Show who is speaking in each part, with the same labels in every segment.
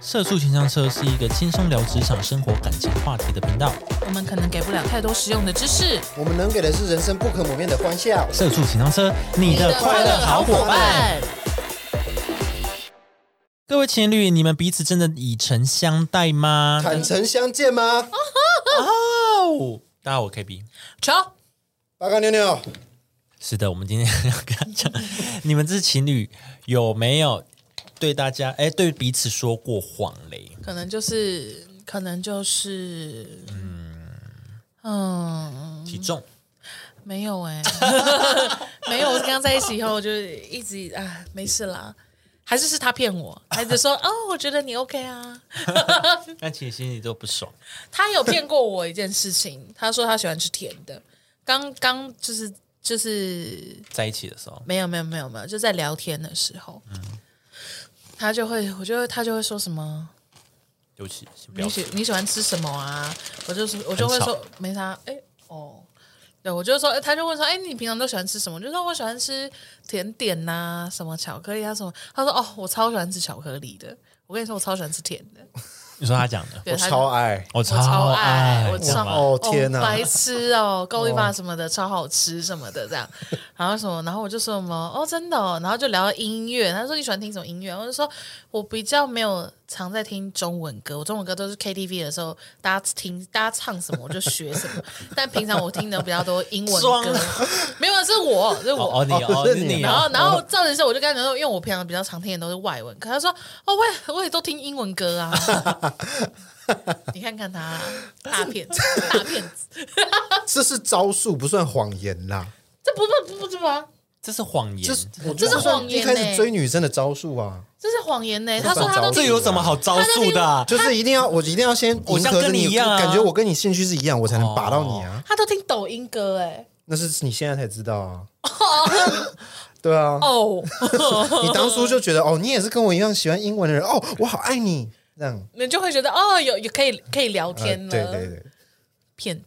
Speaker 1: 社畜情商车是一个轻松聊职场、生活、感情话题的频道。
Speaker 2: 我们可能给不了太多实用的知识。
Speaker 3: 我们能给的是人生不可磨灭的欢笑。
Speaker 1: 社畜情商车，你的快乐好伙伴。，各位情侣，你们彼此真的以诚相待吗？
Speaker 3: 坦诚相见吗？
Speaker 1: 哦，大家好，我 KB。
Speaker 2: 瞧，
Speaker 3: 八嘎妞妞，
Speaker 1: 是的，我们今天要跟他讲，你们这情侣有没有对大家哎对彼此说过谎嘞？
Speaker 2: 可能就是，可能就是，嗯，
Speaker 1: 体重
Speaker 2: 没有哎、 没有。我跟他在一起以后，我就一直啊，没事啦。还是是他骗我，还是说哦，我觉得你 OK 啊？
Speaker 1: 但其实心里都不爽。
Speaker 2: 他有骗过我一件事情，他说他喜欢吃甜的。刚刚就是就是
Speaker 1: 在一起的时候，
Speaker 2: 没有没有没有没有，就在聊天的时候，
Speaker 1: 嗯
Speaker 2: 他就会，我就会他就会说什么，
Speaker 1: 对不起，先不要
Speaker 2: 你喜你喜欢吃什么啊？我就是我就会
Speaker 1: 很
Speaker 2: 说没啥，哎、哦，对我就说，哎他就问说，哎、你平常都喜欢吃什么？我就说我喜欢吃甜点呐、什么巧克力啊什么。他说哦，我超喜欢吃巧克力的。我跟你说，我超喜欢吃甜的，
Speaker 1: 你说他讲的，
Speaker 2: 对
Speaker 3: 我
Speaker 2: 他就
Speaker 3: 超爱。
Speaker 1: 我
Speaker 2: 我超
Speaker 1: 超爱，
Speaker 2: 我
Speaker 1: 你知道
Speaker 2: 超
Speaker 1: 吗
Speaker 3: 哦天哪
Speaker 2: 白痴哦，高丽巴什么的超好吃什么的这样，然后什么，然后我就说什么哦真的、哦，然后就聊到音乐，他说你喜欢听什么音乐，我就说我比较没有常在听中文歌，我中文歌都是 KTV 的时候大家听大家唱什么我就学什么， 但平常我听的比较多英文
Speaker 1: 装
Speaker 2: 歌，没有啊是我是我
Speaker 1: 哦哦你哦
Speaker 3: 哦是
Speaker 1: 是
Speaker 3: 你
Speaker 1: 你
Speaker 2: 然
Speaker 1: 哦
Speaker 2: 后，然后赵的是，我就跟他讲说，因为我平常比较常听的都是外文，可他说，哦，我也我也都听英文歌啊。你看看他，大骗子，大骗子，
Speaker 3: 这是招数，不算谎言 啦。
Speaker 2: 这不不不不不啊，
Speaker 1: 这是谎言，
Speaker 3: 这是我
Speaker 2: 这是
Speaker 3: 就算
Speaker 2: 谎言
Speaker 3: 一开
Speaker 2: 欸
Speaker 3: 始追女生的招数啊，
Speaker 2: 这是谎言呢。
Speaker 3: 这
Speaker 2: 他说他都
Speaker 3: 算招
Speaker 1: 这
Speaker 2: 听，
Speaker 1: 有什么好招数的啊？
Speaker 3: 就是一定要我一定要先
Speaker 1: 我
Speaker 3: 迎
Speaker 1: 像
Speaker 3: 合着
Speaker 1: 跟你
Speaker 3: 你，
Speaker 1: 一样啊
Speaker 3: 感觉我跟你兴趣是一样，我才能把到你啊。
Speaker 2: 他都听抖音歌哎。
Speaker 3: 那是你现在才知道 啊。对啊，
Speaker 2: 哦，
Speaker 3: 你当初就觉得哦，你也是跟我一样喜欢英文的人哦，我好爱你这样。
Speaker 2: 你就会觉得哦，有有可以可以聊
Speaker 3: 呃
Speaker 2: 天了。
Speaker 3: 对对对，
Speaker 2: 骗子，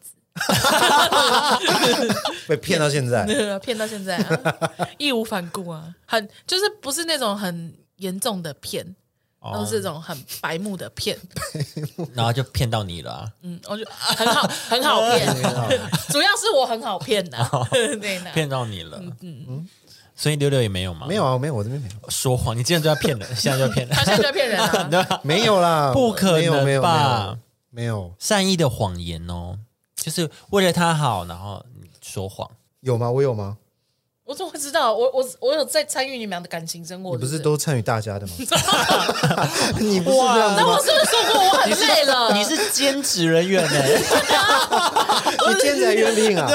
Speaker 3: 被骗到现 在。
Speaker 2: 骗到现在啊， 义无反顾啊，很就是不是那种很严重的骗，
Speaker 1: 哦
Speaker 2: 都是这种很白目的骗。
Speaker 1: 然后就骗到你了啊、
Speaker 2: 嗯，我觉得很好，很好 骗，主要是我很好骗的，啊
Speaker 3: 哦
Speaker 2: 对的。
Speaker 1: 骗到你了。嗯嗯，所以六六也没有吗？
Speaker 3: 没有啊，没有，我这边没有，
Speaker 1: 说谎，你今天就要骗 人，现在就要骗人
Speaker 2: 他，现在就在骗人 啊！
Speaker 1: 对吧？
Speaker 3: 没有啦，
Speaker 1: 不可
Speaker 3: 没有没
Speaker 1: 能
Speaker 3: 有
Speaker 1: 吧？
Speaker 3: 没有没有，
Speaker 1: 善意的谎言哦，就是为了他好，然后你说谎。
Speaker 3: 有吗？我有吗？
Speaker 2: 我怎么会知道？我我我有在参与你们俩的感情生活，
Speaker 3: 你不是
Speaker 2: 是？
Speaker 3: 都参与大家 的吗？你不是这样子
Speaker 2: 那
Speaker 3: 吗
Speaker 2: 我？哦是不是说过我很累了？
Speaker 3: 啊
Speaker 1: 你是兼职人员 呢？
Speaker 3: 你兼职还约聘啊？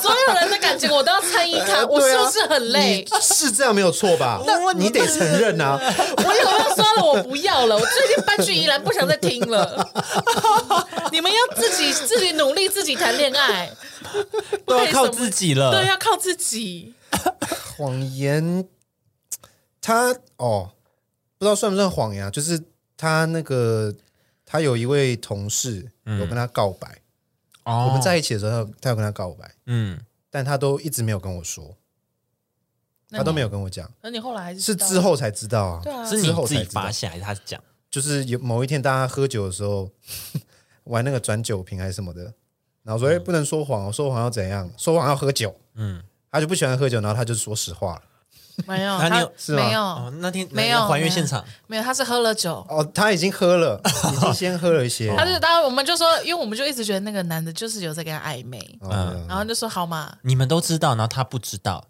Speaker 2: 所有人的感情我都要参与他，
Speaker 3: 呃
Speaker 2: 我
Speaker 3: 对
Speaker 2: 是
Speaker 3: 啊
Speaker 2: 不是很累？
Speaker 3: 你是这样没有错吧？你得承认 啊！
Speaker 2: 我有没有说了我不要了？我最近搬去宜兰，不想再听了。 你们要自己自己努力，自己谈恋爱，
Speaker 1: 都
Speaker 2: 可以
Speaker 1: 要靠
Speaker 2: 什么
Speaker 1: 自己
Speaker 3: 嗯
Speaker 1: 了。
Speaker 2: 对，要靠自己。
Speaker 3: 谎言，他哦，不知道算不算谎言啊？就是他那个，他有一位同事有跟他告白，
Speaker 1: 嗯哦
Speaker 3: 我们在一起的时候，他有跟他告白，
Speaker 1: 嗯，
Speaker 3: 但他都一直没有跟我说，
Speaker 2: 那
Speaker 3: 他都没有跟我讲，
Speaker 2: 那你后来还是
Speaker 3: 是
Speaker 2: 知道
Speaker 3: 之后才知道啊。
Speaker 2: 对啊，
Speaker 1: 是
Speaker 3: 之
Speaker 1: 你
Speaker 3: 后
Speaker 1: 自
Speaker 3: 才
Speaker 1: 己
Speaker 3: 知道
Speaker 1: 发现还是他讲？
Speaker 3: 就是有某一天大家喝酒的时候 玩那个转酒瓶还是什么的，然后说哎、诶不能说谎哦，说谎要怎样？说谎要喝酒，
Speaker 1: 嗯，
Speaker 3: 他就不喜欢喝酒，然后他就说实话了。
Speaker 2: 没有，
Speaker 1: 那你
Speaker 2: 他
Speaker 1: 有
Speaker 3: 是吗
Speaker 2: 没有
Speaker 1: 哦，那天
Speaker 2: 没有
Speaker 1: 还原现场，
Speaker 2: 没有，他是喝了酒。
Speaker 3: 哦，他已经喝了，已经先喝了一些，
Speaker 2: 他就当然我们就说，因为我们就一直觉得那个男的就是有在跟他暧昧，
Speaker 3: 嗯，
Speaker 2: 然后就说好嘛，
Speaker 1: 你们都知道，然后他不知道，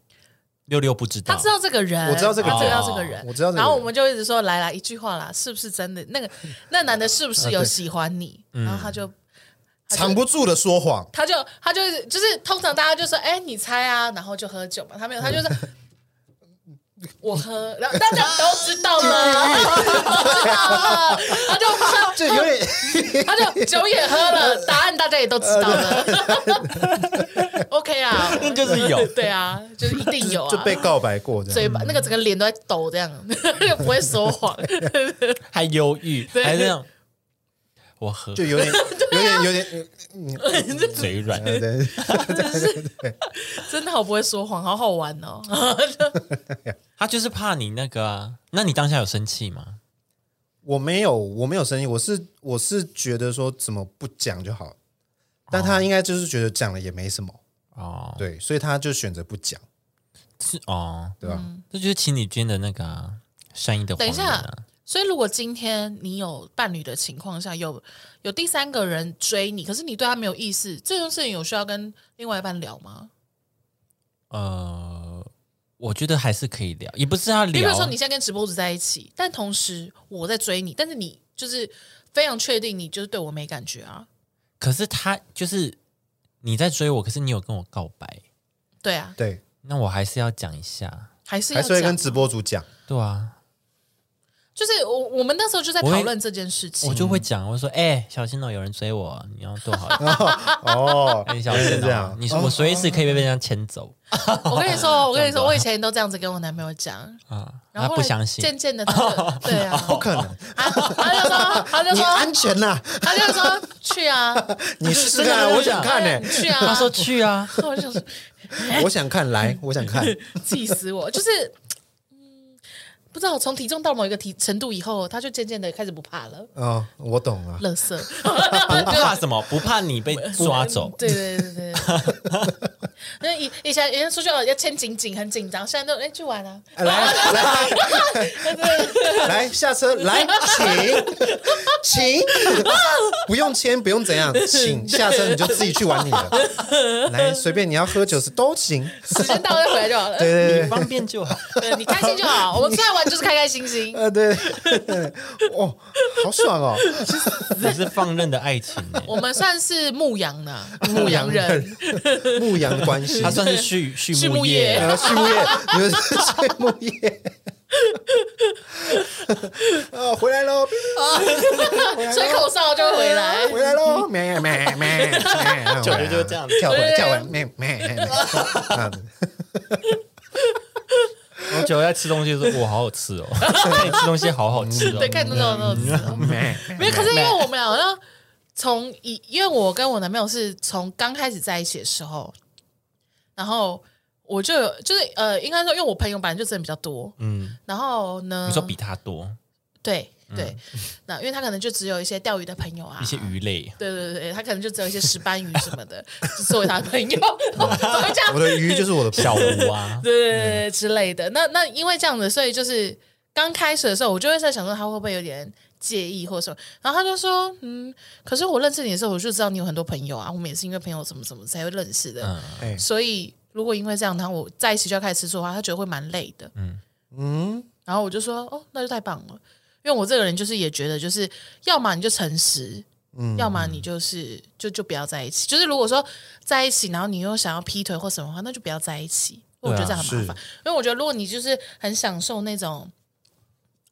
Speaker 1: 六六不知道，
Speaker 2: 他知道这个人，
Speaker 3: 我知道这个
Speaker 2: 他知
Speaker 3: 人哦
Speaker 2: 道这个人，
Speaker 3: 我知道这个人
Speaker 2: 然后我们就一直说来啦，一句话啦，是不是真的？那个那男的是不是有喜欢你？然后他就
Speaker 3: 嗯藏不住的说谎，
Speaker 2: 他就他就就是通常大家就说，哎，你猜啊，然后就喝酒嘛，他没有，他就是。
Speaker 3: 嗯
Speaker 2: 我喝，然后大家都知道了， 他就喝
Speaker 3: 就有点
Speaker 2: 他就酒也喝 了，答案大家也都知道了。OK 啊，
Speaker 1: 那 就是有
Speaker 2: 对啊，就是一定有啊。
Speaker 3: 就被告白过这
Speaker 2: 嘴
Speaker 3: 样。
Speaker 2: 巴那个整个脸都在抖，这样 就不会说谎。
Speaker 1: 还犹豫，
Speaker 2: 对
Speaker 1: 还这样，我喝
Speaker 3: 就有点，有点，有点，嗯嗯
Speaker 1: 嘴 软，
Speaker 3: 嗯对，
Speaker 2: 真的好不会说谎，好好玩哦。
Speaker 1: 他就是怕你那个啊。那你当下有生气吗？
Speaker 3: 我没有，我没有生气，我是我是觉得说怎么不讲就好，但他应该就是觉得讲了也没什么，
Speaker 1: 哦，
Speaker 3: 对，所以他就选择不讲，
Speaker 1: 是哦，
Speaker 3: 对吧？
Speaker 1: 这就是情侣间的那个啊善意的谎
Speaker 2: 等一
Speaker 1: 言
Speaker 2: 下
Speaker 1: 啊。
Speaker 2: 所以，如果今天你有伴侣的情况下，有有第三个人追你，可是你对他没有意思，这种事情有需要跟另外一半聊吗？
Speaker 1: 呃，我觉得还是可以聊，也不是
Speaker 3: 啊
Speaker 1: 要
Speaker 2: 你比
Speaker 1: 聊
Speaker 2: 如说，你现在跟直播主在一起，但同时我在追你，但是你就是非常确定你就是对我没感觉啊？
Speaker 1: 可是他就是你在追我，可是你有跟我告白，
Speaker 2: 对啊，
Speaker 3: 对，
Speaker 1: 那我还是要讲一下，
Speaker 2: 还是要
Speaker 3: 还是会
Speaker 2: 讲
Speaker 3: 跟直播主讲，
Speaker 1: 对啊，
Speaker 2: 就是我我们那时候就在
Speaker 1: 我会
Speaker 2: 讨论这件事情
Speaker 1: 我，就会讲，我说，哎、小心哦，有人追我，你要 做好一点。
Speaker 3: 哦，
Speaker 1: 很小
Speaker 3: 是
Speaker 1: 心、
Speaker 3: 这
Speaker 1: 哦
Speaker 3: 样，，
Speaker 1: 你
Speaker 3: 哦
Speaker 1: 我随时可以被人家牵走
Speaker 2: 我跟 你说，我跟你
Speaker 1: 这样子啊
Speaker 2: 说，我以前都这样子跟我男朋友讲，
Speaker 1: 啊！
Speaker 2: 哦然
Speaker 1: 他
Speaker 2: 后
Speaker 1: 不相信，
Speaker 2: 渐渐的他就对 啊，
Speaker 3: 不可能，
Speaker 2: 他他就说，他就
Speaker 3: 你
Speaker 2: 说，
Speaker 3: 安全啦，
Speaker 2: 他就说去 啊，
Speaker 3: 你试试
Speaker 1: 真的
Speaker 3: 看啊，
Speaker 1: 真的
Speaker 3: 我想看
Speaker 2: 对
Speaker 3: 呢
Speaker 2: 你，去啊，
Speaker 1: 他说去啊，
Speaker 2: 然后我就想说
Speaker 3: 我想看，来，我想看，
Speaker 2: 气死我，就是。嗯不知道从体重到某一个体程度以后，他就渐渐的开始不怕了，
Speaker 3: 哦，我懂了，
Speaker 2: 乐色。
Speaker 1: 不怕什么？不怕你被抓走，
Speaker 2: 对对对 对对。那以以前人家出去哦要牵紧紧，很紧张，现在都哎去玩啊，
Speaker 3: 哎来来来，下车，来，请，请，不用签，不用怎样，请下车，你就自己去玩你的，来，随便你要喝酒是都行，
Speaker 2: 时间到了再回来就好了。
Speaker 3: 对对
Speaker 1: 你
Speaker 3: 对，
Speaker 1: 方便就 好。
Speaker 2: 对，你开心就好。我们出来玩就是开开心 心。
Speaker 3: 呃对，哦，好爽哦，
Speaker 1: 你是放任的爱情欸 耶，
Speaker 2: 我们算是牧羊的
Speaker 3: 牧
Speaker 2: 牧
Speaker 3: 羊
Speaker 2: 羊人，
Speaker 3: 人，牧羊的关系
Speaker 1: 他，算是畜畜
Speaker 2: 畜牧
Speaker 1: 牧业
Speaker 2: 业
Speaker 3: 呃，畜牧业，你们是畜牧业，啊，回来喽，
Speaker 2: 吹口哨就会回来。
Speaker 3: 回来喽，咩咩咩，
Speaker 1: 九月就是这样跳
Speaker 3: 跳回
Speaker 1: 回
Speaker 3: 来
Speaker 1: 来
Speaker 3: 跳回来，咩咩咩，这样子
Speaker 1: 我九月在吃东西的时候，我好好吃哦，看你吃东西好好吃哦
Speaker 2: 对，。看那种那种，
Speaker 3: 咩
Speaker 2: 没有。可是因为我们俩好像从以，因为我跟我男朋友是从刚开始在一起的时候，然后我就有就是呃，应该说，因为我朋友本来就真的比较多，
Speaker 1: 嗯，
Speaker 2: 然后呢，
Speaker 1: 你说比他多
Speaker 2: 对对，那因为他可能就只有一些钓鱼的朋友啊，
Speaker 1: 一些鱼类，
Speaker 2: 对对对，他可能就只有一些石斑鱼什么的， 就作为他的朋友， 然后怎么会这样
Speaker 3: 我？的鱼就是我的
Speaker 1: 小吴啊，
Speaker 2: 对对对对之类的。那那因为这样子，所以就是刚开始的时候，我就会在想说他会不会有点介意或什么。然后他就说，嗯，可是我认识你的时候，我就知道你有很多朋友啊，我们也是因为朋友怎么怎么才会认识的。
Speaker 1: 嗯，
Speaker 3: 哎，
Speaker 2: 所以如果因为这样，然后我在一起就要开始吃醋的话，他觉得会蛮累的。
Speaker 3: 嗯，
Speaker 2: 然后我就说，哦，那就太棒了，因为我这个人就是也觉得，就是要么你就诚实，
Speaker 3: 嗯
Speaker 2: 要么你就是就就不要在一起。就是如果说在一起，然后你又想要劈腿或什么的话，那就不要在一起。我
Speaker 1: 对啊
Speaker 2: 觉得这样很麻烦，因为我觉得如果你就是很享受那种。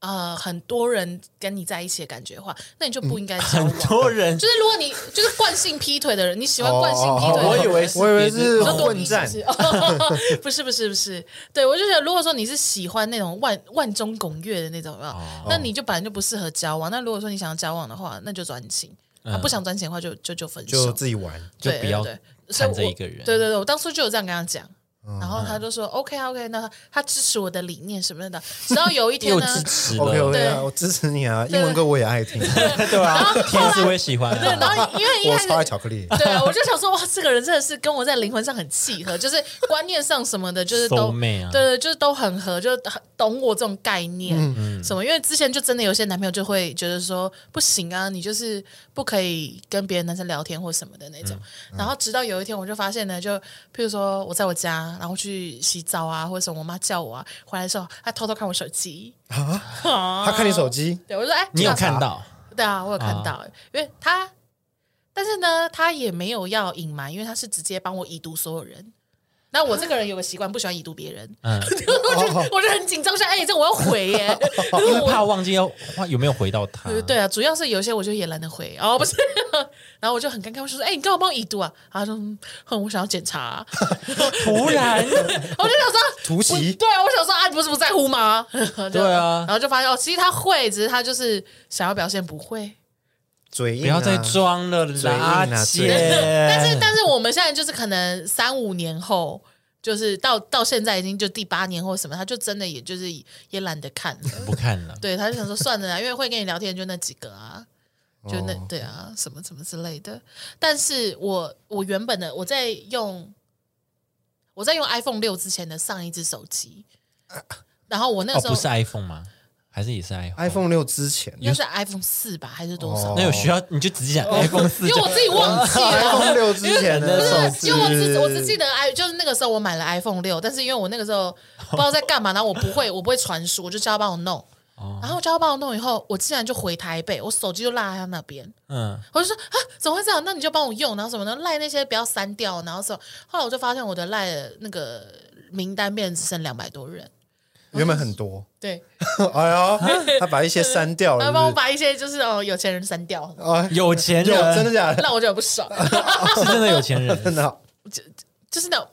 Speaker 2: 呃，很多人跟你在一起的感觉的话，那你就不应该交往。
Speaker 1: 嗯很多人
Speaker 2: 就。是如果你就是惯性劈腿的人，你喜欢惯性劈腿的
Speaker 3: 哦
Speaker 1: 我
Speaker 2: 人，
Speaker 1: 以为是
Speaker 3: 我以
Speaker 1: 别
Speaker 3: 为是
Speaker 1: 的
Speaker 2: 说躲
Speaker 3: 混
Speaker 2: 避
Speaker 3: 战，
Speaker 2: 是不是？ 不是不是不是，对我就觉得，如果说你是喜欢那种万万中拱月的那种，有没有
Speaker 1: 哦
Speaker 2: 那你就本来就不适合交往。那如果说你想要交往的话，那就专情；啊，不想专情的话就，就就分
Speaker 3: 就
Speaker 2: 手，
Speaker 3: 自己玩，
Speaker 1: 嗯就
Speaker 2: 对
Speaker 1: 不要
Speaker 2: 对对所以
Speaker 1: 缠着
Speaker 2: 我
Speaker 1: 一个人嗯
Speaker 2: 对对对，我当初就有这样跟他讲。然后他就说 OK 啊 OK，那他他支持我的理念什么的。直到有一 天
Speaker 1: 又
Speaker 2: 呢，
Speaker 1: 支持
Speaker 3: OK
Speaker 1: 了，
Speaker 3: OK 啊，
Speaker 2: 对
Speaker 3: 我支持你啊！英文歌我也爱听，
Speaker 1: 对啊，天使会喜欢
Speaker 2: 对，然
Speaker 1: 啊，
Speaker 2: 后因为一
Speaker 3: 我
Speaker 2: 开始
Speaker 3: 超爱巧克力。
Speaker 2: 对，啊我就想说，哇，这个人真的是跟我在灵魂上很契合，就是观念上什么的，就是都
Speaker 1: Soulmate 啊
Speaker 2: 对对，就是都很合，就是很懂我这种概念，
Speaker 1: 嗯
Speaker 2: 什么？因为之前就真的有些男朋友就会觉得说，不行啊，你就是不可以跟别的男生聊天或什么的那
Speaker 1: 嗯
Speaker 2: 种。然后直到有一天，我就发现呢，就譬如说我在我家，然后去洗澡啊，或者什么，我妈叫我啊，回来的时候，她偷偷看我手机。
Speaker 3: 他看你手机，
Speaker 2: 对，我就说，哎，
Speaker 1: 你有
Speaker 2: 干嘛
Speaker 1: 看到？
Speaker 2: 对啊，我有看到、因为他，但是呢，他也没有要隐瞒，因为他是直接帮我已读所有人。那我这个人有个习惯，不喜欢已读别人，
Speaker 1: 嗯，
Speaker 2: 我就我就很紧张，说哎、这我要回耶、
Speaker 1: 因为怕忘记要有没有回到他。
Speaker 2: 对啊，主要是有些我就也懒得回哦，不是， 然后我就很尴尬，我说哎、你干嘛帮我已读啊？然后他说嗯哼，我想要检查、啊
Speaker 1: 突然，
Speaker 2: 我就想说
Speaker 3: 突
Speaker 2: 我
Speaker 3: 袭
Speaker 2: 对啊，我想说啊，你不是不在乎吗？ 对
Speaker 1: 对啊
Speaker 2: 然后就发现哦，其实他会，只是他就是想要表现不会。
Speaker 3: 嘴硬啊，
Speaker 1: 不要再装了
Speaker 3: 嘴硬
Speaker 1: 啦
Speaker 3: 啊，
Speaker 1: 姐
Speaker 3: 嘴硬。
Speaker 1: 嗯
Speaker 2: 啊但是但是我们现在就是可能三五年后，就是到到现在已经就第八年或什么，他就真的也就是也懒得看 了。
Speaker 1: 不看了。
Speaker 2: 对，他就想说算了啦，因为会跟你聊天就那几个啊，就那、对啊，什么什么之类的。但是我我原本的我在用我在用 iPhone 六之前的上一只手机，然后我
Speaker 1: 哦，
Speaker 2: 那个时候、
Speaker 1: 不是 iPhone 吗？还是也是 iPhone？
Speaker 3: iPhone 六之前
Speaker 2: 应该是 iPhone 四吧，还是多少？
Speaker 3: 哦
Speaker 1: 那有需要你就直接讲 iPhone 四
Speaker 2: 因为我自己忘记了。
Speaker 3: ，iPhone 六之前的手
Speaker 2: 因为我只我只记
Speaker 3: 机，
Speaker 2: 得 i 就是那个时候我买了 iPhone 六，但是因为我那个时候不知道在干嘛，然后我不会我不会传输，我就叫他帮我弄，然后叫他帮我弄以后，我竟然就回台北，我手机就落在他那边，
Speaker 1: 嗯，
Speaker 2: 我就说啊怎么会这样？那你就帮我用，然后什么的赖那些不要删掉，然后什么，后来我就发现我的赖的那个名单变成只剩两百多人，
Speaker 3: 原本很多，
Speaker 2: 对，
Speaker 3: 哎呦，他把一些删掉了
Speaker 2: 然后
Speaker 3: 是不
Speaker 2: 帮我
Speaker 3: 是，
Speaker 2: 把一些就是哦有钱人删掉，
Speaker 3: 哦，
Speaker 1: 有钱
Speaker 3: 有
Speaker 1: 人
Speaker 3: 真的假的？
Speaker 2: 那我就很不爽。
Speaker 1: 是真的有钱人，
Speaker 3: 真的啊好，
Speaker 2: 就是那种，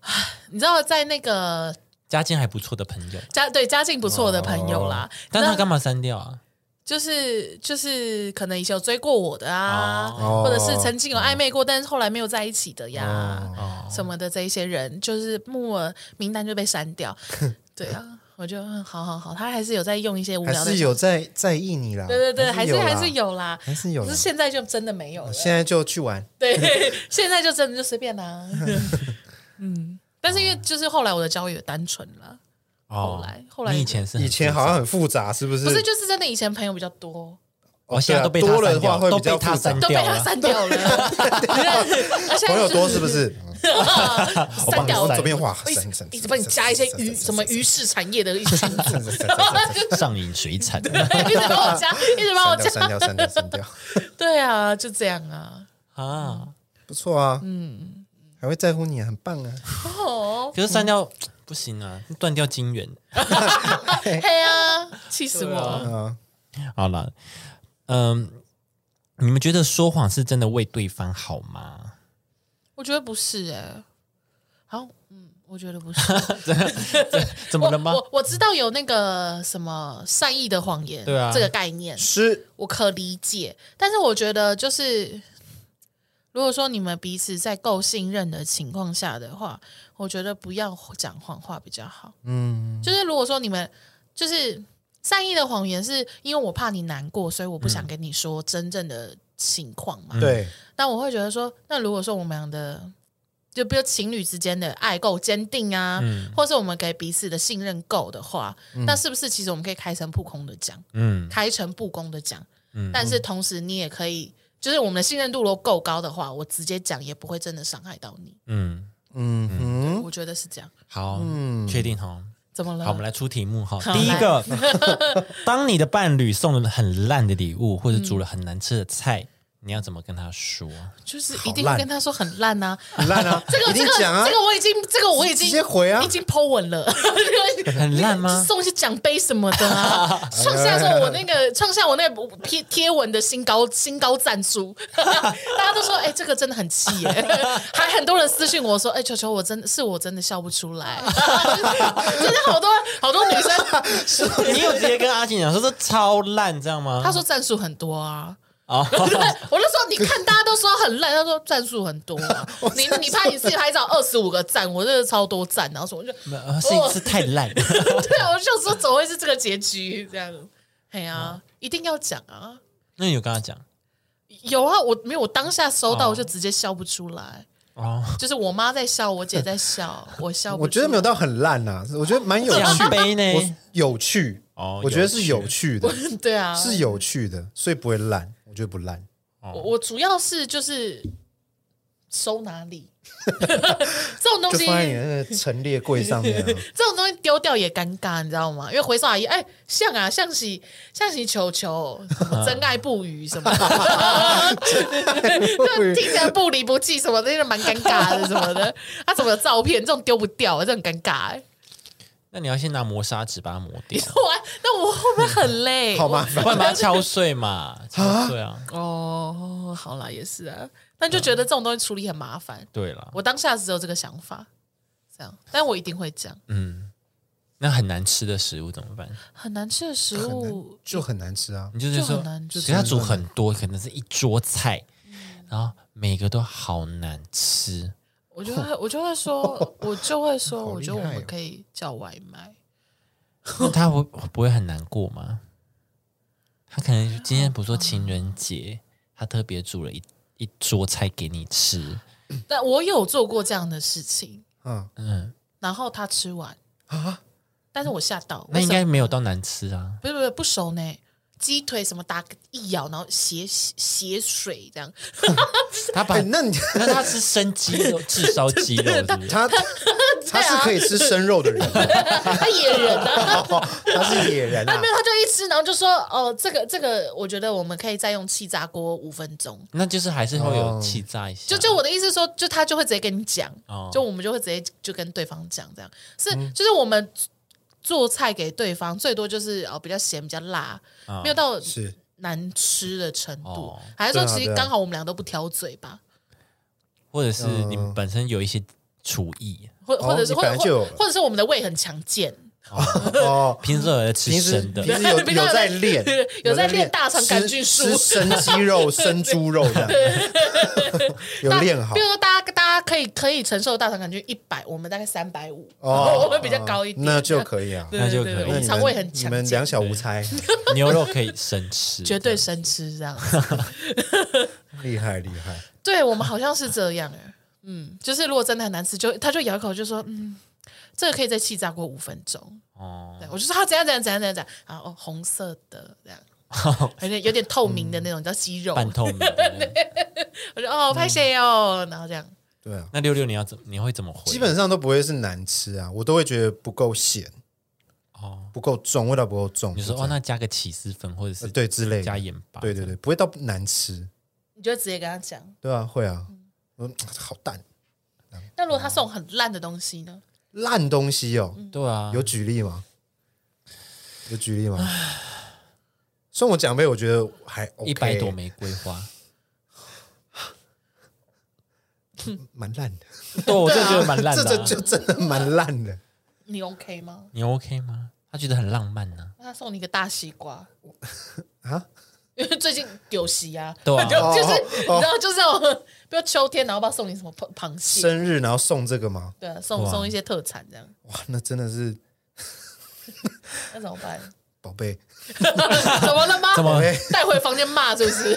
Speaker 2: 唉你知道，在那个
Speaker 1: 家境还不错的朋友，
Speaker 2: 家对家境不错的朋友啦，
Speaker 1: 哦但他干
Speaker 2: 嘛？
Speaker 1: 嘛删掉啊？
Speaker 2: 就是就是可能以前有追过我的啊，
Speaker 3: 哦
Speaker 2: 或者是曾经有暧昧过，但是后来没有在一起的呀，
Speaker 1: 哦，
Speaker 2: 什么的这一些人，就是默默名单就被删 掉。对啊，我就嗯好好好，他还是有在用一些无
Speaker 3: 还
Speaker 2: 聊的
Speaker 3: 是，有在在意你啦，
Speaker 2: 对对对，还是
Speaker 3: 有啦
Speaker 2: 还是，有啦，
Speaker 3: 还是有
Speaker 2: 可
Speaker 3: 啦哦
Speaker 2: 是，现在就真的没有了。
Speaker 3: 现在就去玩，
Speaker 2: 对， 现在就真的就随便啦、 嗯，但是因为就是后来我的交友也单纯了。后来后来
Speaker 1: 你以前是很
Speaker 3: 以前好像很复杂，是不是？啊
Speaker 2: 不是，就是真的以前朋友比较多，
Speaker 1: 哦，现在都被他
Speaker 3: 多了
Speaker 1: 删
Speaker 3: 的
Speaker 1: 掉，
Speaker 3: 话会
Speaker 1: 都
Speaker 3: 比较
Speaker 1: 被
Speaker 3: 复
Speaker 1: 他
Speaker 3: 杂
Speaker 1: 删，
Speaker 2: 都被
Speaker 1: 掉
Speaker 2: 他
Speaker 1: 了。
Speaker 2: 删掉 了。
Speaker 3: 朋
Speaker 2: 朋
Speaker 3: 友多是 不？是？ 我
Speaker 2: 删
Speaker 3: 帮你
Speaker 2: 掉了
Speaker 3: 左，边画，
Speaker 2: 一
Speaker 3: 删
Speaker 2: 直
Speaker 3: 删
Speaker 2: 一直帮你加一些鱼什么鱼市产业的一群组，
Speaker 3: 删删删删
Speaker 1: 上瘾水产，
Speaker 2: 一直帮 我加，一直帮我加。
Speaker 3: 删删掉删掉删掉删 掉，
Speaker 2: 对啊，就这样啊。
Speaker 1: 啊！
Speaker 3: 不错啊，嗯，还会在乎你，很棒啊，
Speaker 2: 哦，
Speaker 1: 可是删掉不行啊，断掉金源。
Speaker 2: 嘿啊，气死我！
Speaker 3: 啊，
Speaker 1: 好了，嗯，你们觉得说谎是真的为对方好吗？
Speaker 2: 我觉得不是哎，好，嗯，我觉得不是。
Speaker 1: 怎么
Speaker 2: 我
Speaker 1: 了吗？
Speaker 2: 我我知道有那个什么善意的谎言，
Speaker 1: 对啊
Speaker 2: 这个概念，
Speaker 3: 是
Speaker 2: 我可理解，但是我觉得就是，如果说你们彼此在够信任的情况下的话，我觉得不要讲谎话比较好。
Speaker 3: 嗯，
Speaker 2: 就是如果说你们就是善意的谎言，是因为我怕你难过，所以我
Speaker 1: 嗯
Speaker 2: 不想跟你说真正的情况嘛。
Speaker 3: 对，
Speaker 2: 但我会觉得说，那如果说我们俩的，就比如情侣之间的爱够坚定啊，
Speaker 1: 嗯
Speaker 2: 或是我们给彼此的信任够的话，那是不是其实我们可以开诚布公的讲？
Speaker 1: 嗯，
Speaker 2: 开诚布公的讲，
Speaker 1: 嗯
Speaker 2: 但是同时你也可以，就是我们的信任度如果够高的话，我直接讲也不会真的伤害到你，
Speaker 1: 嗯，
Speaker 3: 嗯哼，
Speaker 2: 我觉得是这样。
Speaker 1: 好，
Speaker 3: 嗯
Speaker 1: 确定哈。
Speaker 2: 怎么了？
Speaker 1: 好，我们来出题目哈。
Speaker 2: 好
Speaker 1: 第一 个，当你的伴侣送了很烂的礼物，或者
Speaker 2: 嗯
Speaker 1: 煮了很难吃的菜，你要怎么跟他说？
Speaker 2: 就是
Speaker 3: 好
Speaker 2: 一定
Speaker 3: 烂
Speaker 2: 会跟他说很烂啊，
Speaker 3: 很烂啊，
Speaker 2: 这个
Speaker 3: 一定
Speaker 2: 这个
Speaker 3: 讲啊
Speaker 2: 这，个我已经这个我已经
Speaker 3: 直接回啊
Speaker 2: 已经 Po 稳了，
Speaker 1: 很烂吗？
Speaker 2: 送一些奖杯什么的 啊，创下说我那个创下我那个贴贴文的新高新高赞数， 大家都说哎、这个真的很气耶， 还很多人私信我说哎、球球我真的是我真的笑不出来， 真的好多好多女生，
Speaker 1: 你有直接跟阿静讲说这超烂，这样吗？
Speaker 2: 她说赞数很多啊。
Speaker 1: 哦，
Speaker 2: 对， 我就说你看，大家都说很烂，他说赞数很多、 啊，你你拍你自己拍照二十五个赞，我这个超多赞，然后什么我就
Speaker 1: 呃是是太烂。
Speaker 2: 对，我就说怎么会是这个结局？这样，哎呀、
Speaker 3: 嗯
Speaker 2: 一定要讲啊！
Speaker 1: 那你有跟他讲
Speaker 2: 有啊，我没有，我当下收到
Speaker 1: 哦
Speaker 2: 我就直接笑不出来，
Speaker 1: 哦？
Speaker 2: 就是我妈在笑，我姐在笑，我笑不
Speaker 3: 我
Speaker 2: 出
Speaker 3: 觉
Speaker 2: 来。
Speaker 3: 得没有到很烂啊，我觉得蛮有趣
Speaker 1: 奖，杯
Speaker 3: 我
Speaker 1: 呢？
Speaker 3: 有趣，
Speaker 1: 哦
Speaker 3: 我觉得是有趣的，
Speaker 2: 有， 对啊，
Speaker 3: 是有趣的，所以不会烂，我觉得不烂。
Speaker 2: 我我主要是就是收哪 里，这种东
Speaker 3: 就
Speaker 2: 西，
Speaker 3: 放在你那个陈列柜上 面、啊，
Speaker 2: 这种东西丢掉也尴尬，你知道吗？因为回收阿姨，哎、像啊，像喜像喜球球，什么真爱不渝什么的，就听起来不离不弃什么的，那个蛮尴尬的什么的。他、啊、什么照片这种丢不掉，这很尴尬、 欸。
Speaker 1: 那你要先拿磨砂纸把它磨
Speaker 2: 你
Speaker 1: 掉，
Speaker 2: 说完，那我会不会很累？
Speaker 3: 好麻
Speaker 1: 不
Speaker 3: 烦。
Speaker 1: 然把它敲碎嘛。敲碎啊，
Speaker 2: 我？哦，好啦，也是啊，但就觉得这种东西处理很麻烦。
Speaker 1: 对了，
Speaker 2: 我当下只有这个想法，这样，但我一定会讲。
Speaker 3: 嗯
Speaker 1: 嗯那很难吃的食物怎么办？
Speaker 2: 很难吃的食
Speaker 3: 很
Speaker 2: 物
Speaker 3: 难，就很难吃啊！
Speaker 1: 你就是
Speaker 2: 就
Speaker 1: 说
Speaker 2: 很难，吃
Speaker 1: 给他煮很多，可能是一桌菜，然后每个都好难吃。
Speaker 2: 我就会我就会 说，我就会说，
Speaker 3: 好
Speaker 2: 我
Speaker 3: 厉
Speaker 2: 觉得我
Speaker 3: 害
Speaker 2: 们
Speaker 3: 哦
Speaker 2: 可以叫外卖。
Speaker 1: 那他会不会很难过吗？他可能今天不是说情人节，他特别煮了一一桌菜给你吃，
Speaker 2: 但我有做过这样的事情，
Speaker 3: 嗯
Speaker 2: 然后他吃完，
Speaker 3: 啊，
Speaker 2: 但是我吓到，
Speaker 1: 那应
Speaker 2: 为
Speaker 1: 该
Speaker 2: 什么
Speaker 1: 没有到难吃啊。
Speaker 2: 不是不是不熟呢。鸡腿什么打一咬，然后血血水这样，
Speaker 1: 他把
Speaker 3: 哎，那你
Speaker 1: 那他吃生鸡肉，炙烧鸡肉是不是？
Speaker 3: 他
Speaker 2: 啊
Speaker 3: 他是可以吃生肉的人，哦
Speaker 2: 他野人啊，
Speaker 3: 他是野人啊
Speaker 2: 没，有他就一吃，然后就说哦，这个这个，我觉得我们可以再用气炸锅五分钟。
Speaker 1: 那就是还是会有
Speaker 3: 哦
Speaker 1: 气炸一下，
Speaker 2: 就就我的意思是说，就他就会直接跟你讲，
Speaker 1: 哦嗯
Speaker 2: 就我们就会直接就跟对方讲，这样是、就是我们做菜给对方，最多就是哦比较咸比较辣，没有到
Speaker 3: 是
Speaker 2: 难吃的程度，
Speaker 1: 啊哦
Speaker 2: 还是说
Speaker 3: 对啊
Speaker 2: 其实
Speaker 3: 对啊
Speaker 2: 刚好我们俩都不挑嘴吧，
Speaker 1: 或者是
Speaker 3: 嗯
Speaker 1: 你们本身有一些厨艺，
Speaker 2: 或
Speaker 3: 哦
Speaker 2: 或者是
Speaker 3: 你
Speaker 2: 或
Speaker 3: 本
Speaker 2: 者
Speaker 3: 来就有
Speaker 2: 或或者是我们的胃很强健，
Speaker 3: 哦。
Speaker 1: 平时有在吃
Speaker 3: 平时
Speaker 1: 生的
Speaker 3: 平，时 有
Speaker 2: 平时有
Speaker 3: 有
Speaker 2: 在，
Speaker 3: 在练
Speaker 2: 有在练大肠杆菌素
Speaker 3: 吃吃生鸡 肉、生猪肉这样，有
Speaker 2: 大
Speaker 3: 练 好
Speaker 2: 比如说大家大家可以可以承受大肠杆菌一百，我们大概三百五，
Speaker 3: 哦
Speaker 2: 我们比较高一点，
Speaker 3: 那就可以啊。
Speaker 2: 对
Speaker 1: 那就
Speaker 2: 对对
Speaker 1: 可以
Speaker 2: 对我
Speaker 3: 那
Speaker 2: 们
Speaker 3: 你
Speaker 2: 肠胃
Speaker 3: 们
Speaker 2: 很
Speaker 3: 你
Speaker 2: 强
Speaker 3: 们
Speaker 2: 健
Speaker 3: 两。小无猜，
Speaker 1: 牛肉可以生吃，
Speaker 2: 绝对生吃这样，
Speaker 3: 厉害厉害。
Speaker 2: 对我们好像是这样哎，嗯，就是如果真的很难吃，就他就咬一口就说，嗯，这个可以再气炸锅五分钟。
Speaker 1: 哦。
Speaker 2: 对我就说他怎样怎样怎样怎样怎样，然后哦红色的 这样，有点有点透明的那
Speaker 3: 嗯
Speaker 2: 种叫鸡肉，
Speaker 1: 半透明的。
Speaker 2: 我就哦拍谁哦，然后这样，
Speaker 3: 对啊，
Speaker 1: 那六六你要怎你会怎么回？
Speaker 3: 基本上都不会是难吃啊，我都会觉得不够咸、
Speaker 1: 哦，
Speaker 3: 不够重，味道不够重。
Speaker 1: 你
Speaker 3: 就
Speaker 1: 说
Speaker 3: 这
Speaker 1: 哦，
Speaker 3: 样
Speaker 1: 那加个起司粉或者是
Speaker 3: 呃对之类
Speaker 1: 加
Speaker 3: 的，
Speaker 1: 盐巴，
Speaker 3: 对对对，不会到难吃，
Speaker 2: 你就直接跟他讲。
Speaker 3: 对啊，会啊。嗯，好淡，
Speaker 2: 那如果他送很烂的东西呢？
Speaker 3: 烂东西哦，
Speaker 1: 对啊，
Speaker 3: 有举例吗？有举例吗？送我奖杯，我觉得还 OK，
Speaker 1: 一百朵玫瑰花，
Speaker 3: 蛮烂的，
Speaker 1: 对啊我就觉得蛮烂
Speaker 3: 这
Speaker 1: 的
Speaker 3: 这
Speaker 1: 啊。
Speaker 3: 这真的蛮烂的。
Speaker 2: 你 OK 吗？
Speaker 1: 你 OK 吗？他觉得很浪漫呢。
Speaker 2: 那他送你一个大西瓜
Speaker 3: 啊？哦
Speaker 2: 因为最近有席啊，
Speaker 1: 对啊
Speaker 2: 就就是你知道，就是那种，比如秋天，然后不知道送你什么螃螃蟹，
Speaker 3: 生日然后送这个吗？
Speaker 2: 对啊，送
Speaker 1: 哇
Speaker 2: 送一些特产这样，
Speaker 3: 哇，那真的是
Speaker 2: 那怎么办？
Speaker 3: 宝 贝，哎
Speaker 2: 怎么了吗？
Speaker 1: 怎么
Speaker 2: 带回房间骂是不是？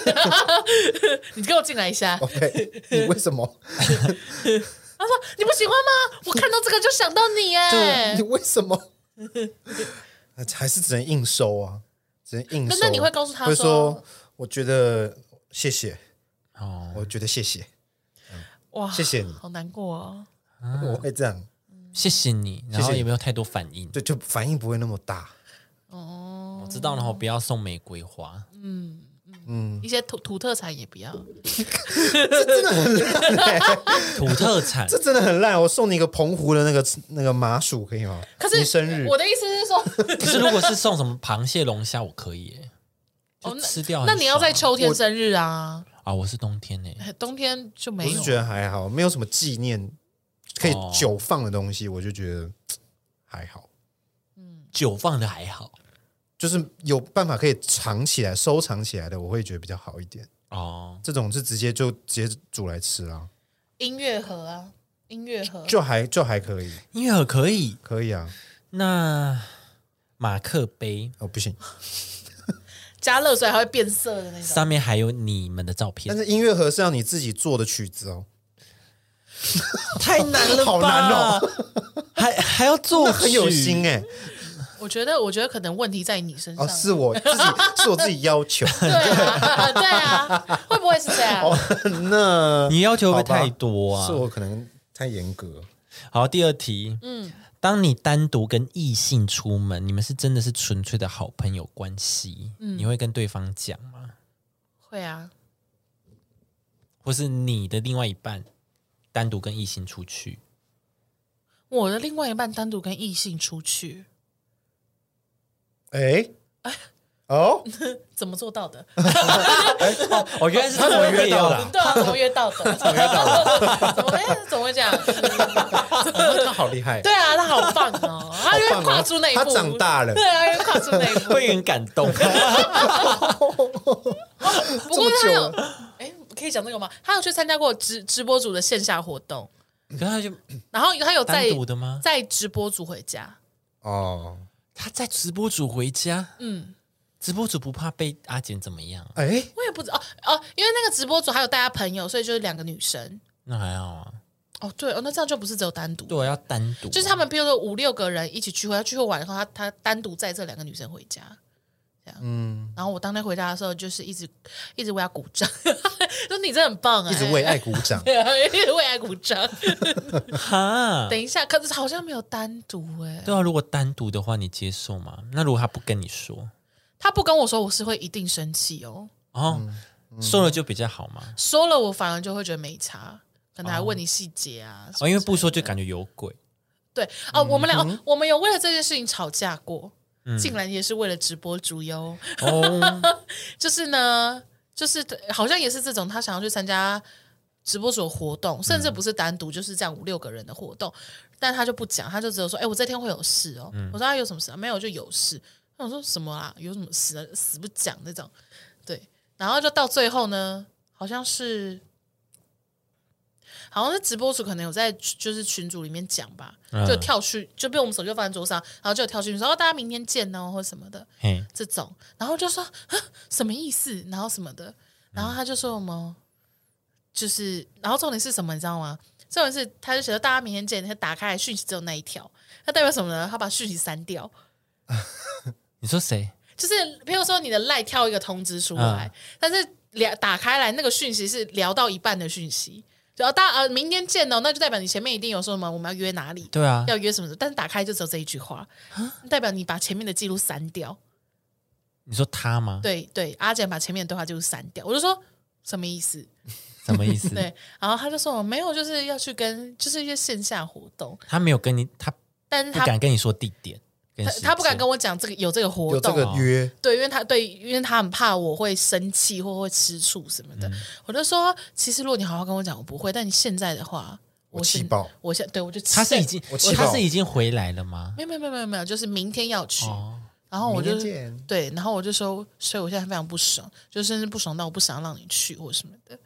Speaker 2: 你给我进来一下。
Speaker 3: 宝贝，你为什么？
Speaker 2: 他说你不喜欢吗？我看到这个就想到你哎
Speaker 3: 啊你。为 什么？还是只能硬收啊，只能硬
Speaker 2: 那
Speaker 3: 收。
Speaker 2: 那你会告诉他
Speaker 3: 会
Speaker 2: 说
Speaker 3: 说，我觉得谢谢，
Speaker 1: 哦，
Speaker 3: 我觉得谢谢，
Speaker 2: 哇，
Speaker 3: 谢谢你
Speaker 2: 好难过哦。
Speaker 3: 我会这样，
Speaker 1: 谢谢你。然后
Speaker 3: 谢谢
Speaker 1: 有没有太多反应？
Speaker 3: 对，就反应不会那么大。
Speaker 2: 哦，
Speaker 1: 我知道，然后不要送玫瑰花。
Speaker 3: 嗯
Speaker 2: 一些土土特产也不要，
Speaker 1: 土特产
Speaker 3: 这真的很烂，我送你一个澎湖的那个那个麻薯可以吗？
Speaker 2: 可是
Speaker 3: 你生日
Speaker 2: 我的意思是
Speaker 3: 哦
Speaker 2: 说，
Speaker 1: 可是如果是送什么螃蟹、龙虾，我可以耶，
Speaker 2: 哦
Speaker 1: 就
Speaker 2: 那
Speaker 1: 吃掉很
Speaker 2: 那
Speaker 1: 爽啊。
Speaker 2: 你要在秋天生日啊，
Speaker 1: 啊？我是冬天呢，
Speaker 2: 冬天就
Speaker 3: 我
Speaker 2: 没
Speaker 3: 是
Speaker 2: 有。
Speaker 3: 觉得还好，没有什么纪念可以
Speaker 1: 哦
Speaker 3: 久放的东西，我就觉得嘖还好，
Speaker 1: 酒放的还好
Speaker 3: 就是有办法可以藏起来、收藏起来的，我会觉得比较好一点。
Speaker 1: 哦。
Speaker 3: 这种是直接就直接煮来吃啊啦，
Speaker 2: 音乐盒啊，音乐盒，
Speaker 3: 就还就还可以，
Speaker 1: 音乐盒可以，
Speaker 3: 可以啊。
Speaker 1: 那马克杯
Speaker 3: 哦，不行，
Speaker 2: 加热水还会变色的那种。
Speaker 3: 啊
Speaker 1: 上面还有你们的照片
Speaker 3: 但，是音乐盒是要你自己做的曲子哦，
Speaker 1: 太难了吧？
Speaker 3: 好难
Speaker 1: 哦，还还要做
Speaker 3: 那很有心
Speaker 1: 哎、
Speaker 3: 哎、
Speaker 2: 我觉得，我觉得可能问题在你身上
Speaker 3: 哦，。是我自己，是我自己要求。
Speaker 2: 对啊， 对啊，会不会是这样？
Speaker 3: 哦 那
Speaker 1: 你要求会不会
Speaker 3: 好吧
Speaker 1: 太多啊
Speaker 3: 是？我可能太严格，
Speaker 1: 好，第二题，嗯，当你单独跟异性出门，你们是真的是纯粹的好朋友关系，
Speaker 2: 嗯
Speaker 1: 你会跟对方讲吗？
Speaker 2: 会啊，
Speaker 1: 或是你的另外一半单独跟异性出去，
Speaker 2: 我的另外一半单独跟异性出去，
Speaker 3: 哎、 哦，
Speaker 2: 怎么做 到的？
Speaker 1: 哦，原来是
Speaker 3: 他怎么约到的啊
Speaker 2: 对啊，怎么约到的？怎么约到的？ 怎么哎怎么会这样？
Speaker 3: 哦他好厉害，
Speaker 2: 对啊，他好棒哦，他就
Speaker 3: 好
Speaker 2: 会
Speaker 3: 棒哦
Speaker 2: 跨出那一步，
Speaker 3: 他长大了
Speaker 2: 对啊，他就跨出那一 步。
Speaker 1: 会很感动。
Speaker 2: 不过他
Speaker 3: 这么久
Speaker 2: 有，哎，可以讲这个吗？他有去参加过直直播组的线下活动，
Speaker 1: 可是他就
Speaker 2: 然后他有在
Speaker 1: 单独的吗？
Speaker 2: 在直播组回家，
Speaker 3: 哦，
Speaker 1: 他在直播组回家，嗯，直播组不怕被阿简怎么样？
Speaker 3: 哎，
Speaker 2: 我也不知道哦哦，因为那个直播组还有带他朋友，所以就是两个女生。
Speaker 1: 那还好啊，
Speaker 2: 哦，对哦，那这样就不是只有单独，
Speaker 1: 对，要单独，
Speaker 2: 就是他们，比如说五六个人一起聚会，他聚会完以后，他他单独载这两个女生回家，这样。嗯，然后我当天回家的时候，就是一直一直为他鼓掌，说你真的很棒啊、。
Speaker 3: 一直为爱鼓掌
Speaker 2: 对啊， 一直为爱鼓掌。
Speaker 1: 哈，
Speaker 2: 等一下，可是好像没有单独哎、
Speaker 1: 对啊，如果单独的话，你接受吗？那如果他不跟你说，
Speaker 2: 他不跟我说，我是会一定生气哦。
Speaker 1: 哦，说了就比较好嘛，
Speaker 2: 说了，我反而就会觉得没差，可能还问你细节啊。什
Speaker 1: 哦，
Speaker 2: 么
Speaker 1: 因为
Speaker 2: 之
Speaker 1: 不
Speaker 2: 类
Speaker 1: 说
Speaker 2: 的
Speaker 1: 就感觉有鬼，
Speaker 2: 对哦，我们俩、哦，我们有为了这件事情吵架过，竟然也是为了直播主哟。
Speaker 1: 哦，
Speaker 2: 就是呢，就是好像也是这种，他想要去参加直播所活动，甚至不是单独，就是这样五六个人的活动，但他就不讲，他就只有说：“哎、我这天会有事哦。我说：“他有什么事、啊？”没有，就有事。那我说什么啊？有什么事、啊？死不讲那种。对，然后就到最后呢，好像是。好像是直播主可能有在就是群组里面讲吧，就跳去就被我们手机放在桌上，然后就有跳去说哦大家明天见哦或什么的，
Speaker 1: 嘿，
Speaker 2: 这种，然后就说啊什么意思，然后什么的，然后他就说什么，就是，然后重点是什么，你知道吗？重点是他就写到大家明天见，他打开来讯息只有那一条，那代表什么呢？他把讯息删掉，
Speaker 1: 你说谁？
Speaker 2: 就是比如说你的赖跳一个通知出
Speaker 1: 啊
Speaker 2: 来，但是聊打开来那个讯息是聊到一半的讯息，只要大呃明天见哦，那就代表你前面一定有说什么我们要约哪里，
Speaker 1: 对啊，
Speaker 2: 要约什么的，但是打开就只有这一句话，代表你把前面的记录删掉。
Speaker 1: 你说他吗？，
Speaker 2: 对对，阿简把前面的对话就是删掉，我就说什么意思？
Speaker 1: 什么意思？
Speaker 2: 对，然后他就说我没有，就是要去跟就是一些线下活动，
Speaker 1: 他没有跟你，他
Speaker 2: 但是
Speaker 1: 不
Speaker 2: 他
Speaker 1: 敢跟你说地点，跟
Speaker 2: 他
Speaker 1: 时
Speaker 2: 他不敢
Speaker 1: 间
Speaker 2: 跟我啊讲这个有这个活
Speaker 3: 有这
Speaker 2: 动，
Speaker 3: 个约，
Speaker 2: 对，因为他对，因为他很怕我会生气或会吃醋什么
Speaker 1: 嗯
Speaker 2: 的，我就说其实如果你好好跟我讲，我不会，但你现在的话，
Speaker 3: 我
Speaker 2: 我
Speaker 3: 气
Speaker 2: 是
Speaker 3: 爆，
Speaker 2: 我现对我就
Speaker 1: 他是
Speaker 2: 气
Speaker 1: 已经，
Speaker 3: 我气
Speaker 1: 他
Speaker 3: 爆
Speaker 1: 是已经回来了吗？
Speaker 2: 没有没有没有没有没有，就是明天要去，
Speaker 1: 哦，
Speaker 2: 然后我就
Speaker 3: 明天见
Speaker 2: 对，然后我就说，所以我现在非常不爽，就甚至不爽到我不想让你去或什么的。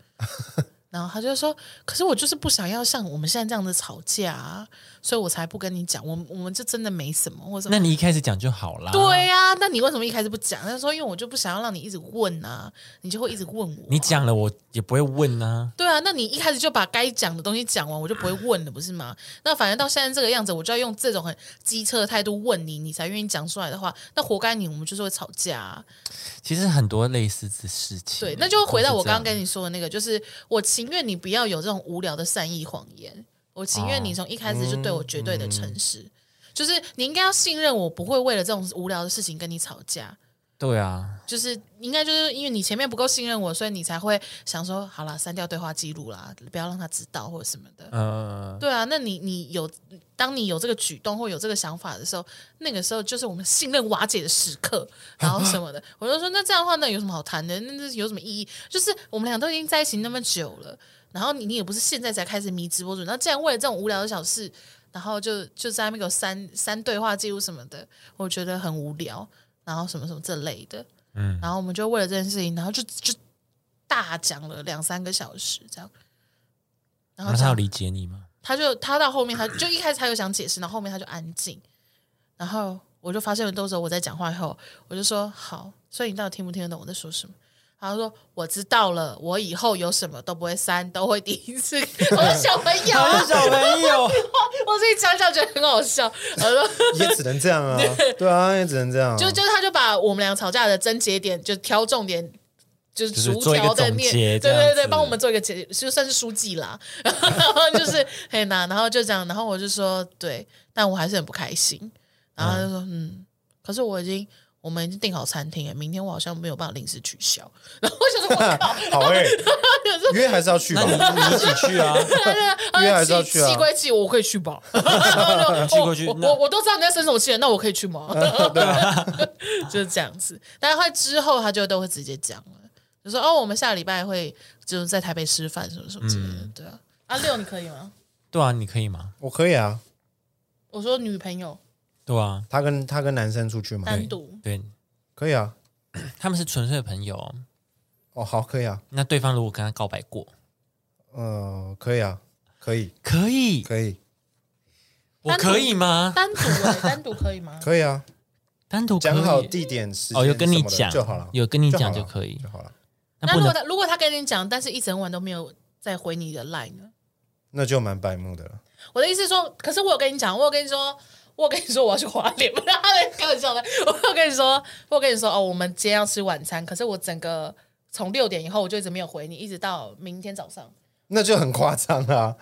Speaker 2: 然后他就说，可是我就是不想要像我们现在这样子吵架、啊，所以我才不跟你讲，我们我们这真的没什么，或者
Speaker 1: 那你一开始讲就好啦。
Speaker 2: 对呀、那你为什么一开始不讲？他说因为我就不想要让你一直问啊，你就会一直问我啊、
Speaker 1: 你讲了，我也不会问啊。
Speaker 2: 对啊，那你一开始就把该讲的东西讲完，我就不会问了，不是吗？那反正到现在这个样子，我就要用这种很机车的态度问你，你才愿意讲出来的话，那活该你，我们就是会吵架、啊。
Speaker 1: 其实很多类似的事情，
Speaker 2: 对，那就回到我刚刚
Speaker 1: 你
Speaker 2: 跟你说的那个，就是我情愿你不要有这种无聊的善意谎言，我情愿你从一开始就对我绝对的诚实，就是你应该要信任我，不会为了这种无聊的事情跟你吵架。
Speaker 1: 对啊，
Speaker 2: 就是应该就是因为你前面不够信任我，所以你才会想说，好啦，删掉对话记录啦，不要让他知道或者什么的。
Speaker 1: 呃，
Speaker 2: 对啊，那你你有当你有这个举动或有这个想法的时候，那个时候就是我们信任瓦解的时刻，然后什么的，我就说那这样的话，那有什么好谈的？那那有什么意义？就是我们俩都已经在一起那么久了，然后你你也不是现在才开始迷直播主，那既然为了这种无聊的小事，然后就就在那边给我删删对话记录什么的，我觉得很无聊，然后什么什么这类的，嗯，然后我们就为了这件事情，然后就就大讲了两三个小时这样。然后
Speaker 1: 那他
Speaker 2: 讲
Speaker 1: 有理解你吗？
Speaker 2: 他就他到后面，他就一开始他有想解释，然后后面他就安静，然后我就发现都是我在讲话以后，我就说好，所以你到底听不听得懂我在说什么？他说我知道了，我以后有什么都不会删，都会第一次。 我说小朋友啊，
Speaker 1: 小朋友，
Speaker 2: 我自己想想觉得很好笑。我说
Speaker 3: 也只能 这样啊，对啊，也只能这样啊。
Speaker 2: 就就是他就把我们俩吵架的症结点就挑重点。就是
Speaker 1: 就是
Speaker 2: 逐
Speaker 1: 做一个
Speaker 2: 条的
Speaker 1: 总
Speaker 2: 念，
Speaker 1: 结这
Speaker 2: 对
Speaker 1: 样
Speaker 2: 对对，
Speaker 1: 子
Speaker 2: 帮我们做一个结，就算是书记啦。然后就是嘿呐，然后就这样，然后我就说对，但我还是很不开心。然后他就说嗯，可是我已经我们已经订好餐厅了，明天我好像没有办法临时取消。 然后我想说我靠，
Speaker 3: 好哎，约还是要去吧
Speaker 1: 那。你 你一起去啊？
Speaker 2: 啊
Speaker 3: 约还是要
Speaker 2: 气
Speaker 3: 去啊
Speaker 2: 气归气，我可以去 吧。我
Speaker 1: 气归气
Speaker 2: 哦我
Speaker 1: 那
Speaker 2: 我我都知道你在生什么气了，那我可以去 吗？
Speaker 3: 啊
Speaker 2: 就是这样子。但他之后他就都会直接讲了，就说哦，我们下礼拜会就是在台北吃饭什么什么之类的。
Speaker 1: 嗯
Speaker 2: 对啊，阿六你可以吗？
Speaker 1: 对啊，你可以吗？
Speaker 3: 我可以啊，
Speaker 2: 我说女朋友
Speaker 1: 对啊，
Speaker 3: 他跟他跟男生出去嘛，
Speaker 2: 单独，
Speaker 1: 对，
Speaker 3: 可以啊。
Speaker 1: 他们是纯粹的朋友。
Speaker 3: 哦，好，可以啊，
Speaker 1: 那对方如果跟他告白过，
Speaker 3: 呃，可以啊，可以，
Speaker 1: 可以，
Speaker 3: 可以，
Speaker 1: 我可以吗？
Speaker 2: 单独欸、 单独可以吗？
Speaker 3: 可以啊！
Speaker 1: 单独可以
Speaker 3: 讲好地点、时间
Speaker 1: 哦，有跟你
Speaker 3: 什么的
Speaker 1: 讲
Speaker 3: 就好了，
Speaker 1: 有跟你
Speaker 3: 好
Speaker 1: 讲
Speaker 3: 了
Speaker 1: 就可以
Speaker 3: 就。好了，
Speaker 1: 那
Speaker 2: 那
Speaker 1: 不
Speaker 2: 如果
Speaker 1: 能
Speaker 2: 他如果他跟你讲，但是一整晚都没有再回你的 line 呢？
Speaker 3: 那就蛮白目的了。
Speaker 2: 我的意思是说，可是我有跟你讲，我有跟你说，我有跟你说我要去花莲，不 是他们开玩笑的。我有跟你说，我有跟你说哦，我们今天要吃晚餐，可是我整个从六点以后我就一直没有回你，一直到明天早上。
Speaker 3: 那就很夸张啊，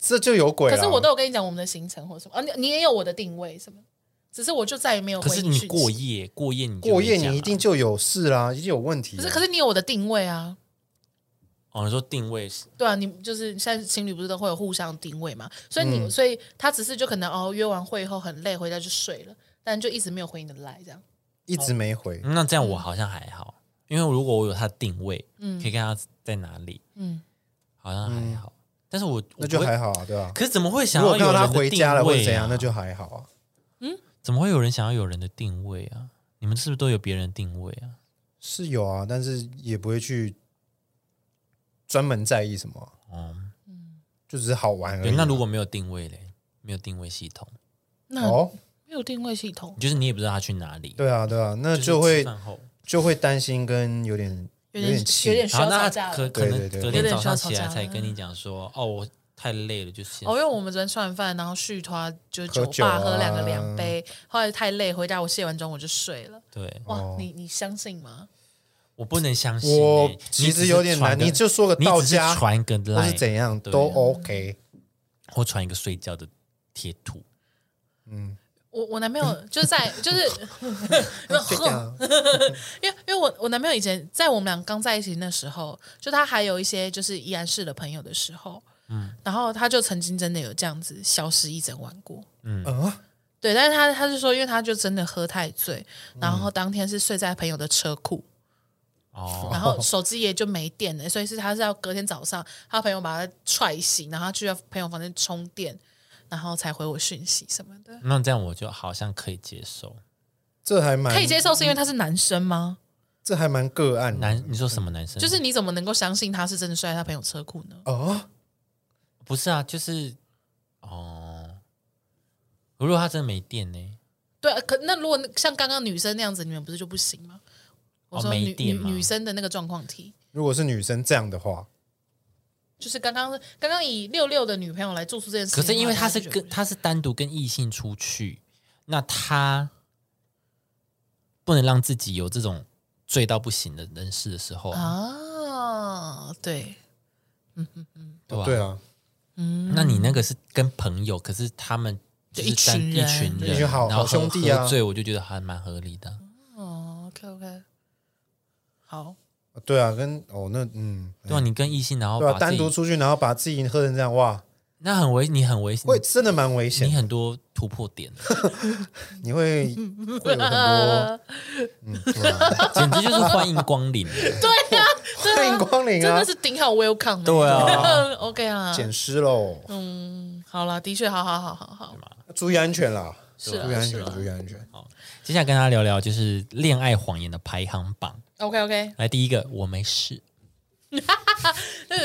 Speaker 3: 这就有鬼啊
Speaker 2: 可
Speaker 1: 啊
Speaker 3: 了。
Speaker 2: 是我都有跟你讲我们的行程或什么，啊，你你也有我的定位什么，只是我就再也没有回
Speaker 1: 可是
Speaker 2: 你
Speaker 1: 你
Speaker 2: 讯息
Speaker 1: 过夜，过夜你就
Speaker 3: 过
Speaker 1: 没
Speaker 3: 夜，
Speaker 1: 讲
Speaker 3: 你一
Speaker 1: 啊
Speaker 3: 定就有事啦，一定有问题啊。
Speaker 2: 不是，可是你有我的定位啊。
Speaker 1: 哦，你说定位是
Speaker 2: 对啊，你就是现在情侣不是都会有互相定位嘛？所以你，
Speaker 1: 嗯
Speaker 2: 所以他只是就可能哦，约完会以后很累，回家就睡了，但就一直没有回你的来这样。
Speaker 3: 一直没回，
Speaker 1: 那这样
Speaker 2: 嗯
Speaker 1: 我好像还好，因为如果我有他的定位，可以看他在哪里，
Speaker 2: 嗯，
Speaker 1: 好像还好。但是我
Speaker 3: 嗯那就，
Speaker 1: 我不会
Speaker 3: 还好啊，对吧、
Speaker 1: 可是怎么会
Speaker 3: 如
Speaker 1: 想要
Speaker 3: 果看到
Speaker 1: 有
Speaker 3: 他
Speaker 1: 人的
Speaker 3: 回
Speaker 1: 定
Speaker 3: 家了或
Speaker 1: 位
Speaker 3: 者怎样，
Speaker 1: 啊
Speaker 3: 那就还好啊。
Speaker 1: 怎么会有人想要有人的定位啊？你们是不是都有别人的定位啊？
Speaker 3: 是有啊，但是也不会去专门在意什么啊，
Speaker 1: 哦，
Speaker 3: 就只是好玩而
Speaker 1: 对，
Speaker 3: 已嘛。啊
Speaker 1: 那如果没有定位嘞，没有定位系统，
Speaker 2: 那
Speaker 3: 哦，
Speaker 2: 没有定位系统，
Speaker 1: 就是你也不知道他去哪里，
Speaker 3: 对啊，对啊，那
Speaker 1: 是
Speaker 3: 就会
Speaker 1: 吃饭后，
Speaker 3: 就会担心跟有点
Speaker 2: 有
Speaker 3: 有
Speaker 2: 点哦
Speaker 3: 点气
Speaker 2: 有点需
Speaker 1: 好，
Speaker 2: 要
Speaker 1: 那
Speaker 2: 吵
Speaker 1: 他
Speaker 2: 架
Speaker 1: 可
Speaker 2: 了。
Speaker 1: 可
Speaker 3: 对
Speaker 1: 能
Speaker 3: 对对
Speaker 1: 隔
Speaker 2: 有
Speaker 1: 天
Speaker 2: 点
Speaker 1: 早
Speaker 2: 需
Speaker 1: 上
Speaker 2: 要吵
Speaker 1: 起来
Speaker 2: 架
Speaker 1: 才
Speaker 2: 了
Speaker 1: 跟你讲说，哦，我太累了，就先
Speaker 2: 哦，因为我们昨天吃完饭，然后续团就是酒
Speaker 3: 喝酒
Speaker 2: 吧
Speaker 3: 啊
Speaker 2: 喝两个两杯，后来太累，回家我卸完妆我就睡了。哦
Speaker 1: 对
Speaker 2: 哇，你你相信吗？
Speaker 1: 我不能相信欸、
Speaker 3: 我
Speaker 1: 你
Speaker 3: 其
Speaker 1: 只
Speaker 3: 实
Speaker 1: 是
Speaker 3: 有点
Speaker 1: 传
Speaker 3: 难，
Speaker 1: 个
Speaker 3: 你就说个
Speaker 1: 你
Speaker 3: 到
Speaker 1: 只是
Speaker 3: 家或
Speaker 1: 传一个 line，
Speaker 3: 是怎样
Speaker 1: 对
Speaker 3: 都 OK。
Speaker 1: 或传一个睡觉的贴图，
Speaker 2: 我我男朋 友就是在就是，
Speaker 3: 就这样啊
Speaker 2: 因为因为我我男朋友以前在我们俩刚在一起那时候，就他还有一些就是宜安市的朋友的时候，嗯，然后他就曾经真的有这样子消失一整晚过，
Speaker 3: 啊，
Speaker 2: 对，但是他他是说，因为他就真的喝太醉，然后当天是睡在朋友的车库，
Speaker 1: 哦，
Speaker 2: 然后手机也就没电了，所以是他是要隔天早上，他朋友把他踹醒，然后他去他朋友房间充电，然后才回我讯息什么的，
Speaker 1: 那这样我就好像可以接受。
Speaker 3: 这还蛮
Speaker 2: 可以接受，是因为他是男生吗？
Speaker 3: 这还蛮个案的
Speaker 1: 男，你说什么男生？
Speaker 2: 就是你怎么能够相信他是真的睡在他朋友车库呢？
Speaker 3: 哦，
Speaker 1: 不是啊？就是哦，如果他真的没电呢？
Speaker 2: 对，啊可那如果像刚刚女生那样子，你们不是就不行吗？我
Speaker 1: 哦
Speaker 2: 说
Speaker 1: 没
Speaker 2: 女、
Speaker 1: 电
Speaker 2: 女
Speaker 1: 吗
Speaker 2: 女生的那个状况题，
Speaker 3: 如果是女生这样的话，
Speaker 2: 就是刚刚刚刚以六六的女朋友来做出这件事情
Speaker 1: 可
Speaker 2: 的话，
Speaker 1: 是因为他是
Speaker 2: 就觉得
Speaker 1: 跟他是单独跟异性出去，那他不能让自己有这种醉到不行的人事的时候，
Speaker 2: 啊，对，
Speaker 1: 对吧、
Speaker 3: 对啊，
Speaker 1: 那你那个是跟朋友，可是他们
Speaker 2: 就是
Speaker 1: 单
Speaker 2: 一群
Speaker 1: 一
Speaker 2: 人
Speaker 1: 群
Speaker 2: 对
Speaker 1: 人，
Speaker 3: 一群好
Speaker 1: 然后
Speaker 3: 好兄弟啊嗯
Speaker 1: 对，我就觉得还蛮合理的。
Speaker 2: 哦，OK OK，好，
Speaker 3: 对啊，跟哦那嗯，
Speaker 1: 对啊，你跟异性然后
Speaker 3: 对
Speaker 1: 把
Speaker 3: 啊，
Speaker 1: 自
Speaker 3: 单
Speaker 1: 己
Speaker 3: 独出去然后把自己喝成这样，哇，
Speaker 1: 那很危，你很危险，
Speaker 3: 会真的蛮
Speaker 1: 嗯
Speaker 3: 危
Speaker 1: 你
Speaker 3: 险，
Speaker 1: 很多突破点，
Speaker 3: 你会会有很多
Speaker 2: 呃
Speaker 3: 嗯，对啊
Speaker 1: 简直就是欢迎光 临。
Speaker 2: 对啊，真的
Speaker 3: 欢迎光临
Speaker 2: 真
Speaker 3: 啊
Speaker 2: 的，是顶好 welcome，欸
Speaker 1: 对啊
Speaker 2: ，OK 啊，
Speaker 3: 捡尸喽，
Speaker 2: 嗯，好了，的确，好好好好好，
Speaker 3: 注意安全啦，
Speaker 2: 是啊
Speaker 3: 注意安
Speaker 2: 是
Speaker 3: 全，
Speaker 2: 啊
Speaker 3: 注意安全。
Speaker 1: 接下来跟大家聊聊就是恋爱谎言的排行榜。
Speaker 2: ，OK OK，
Speaker 1: 来，第一个，我没事，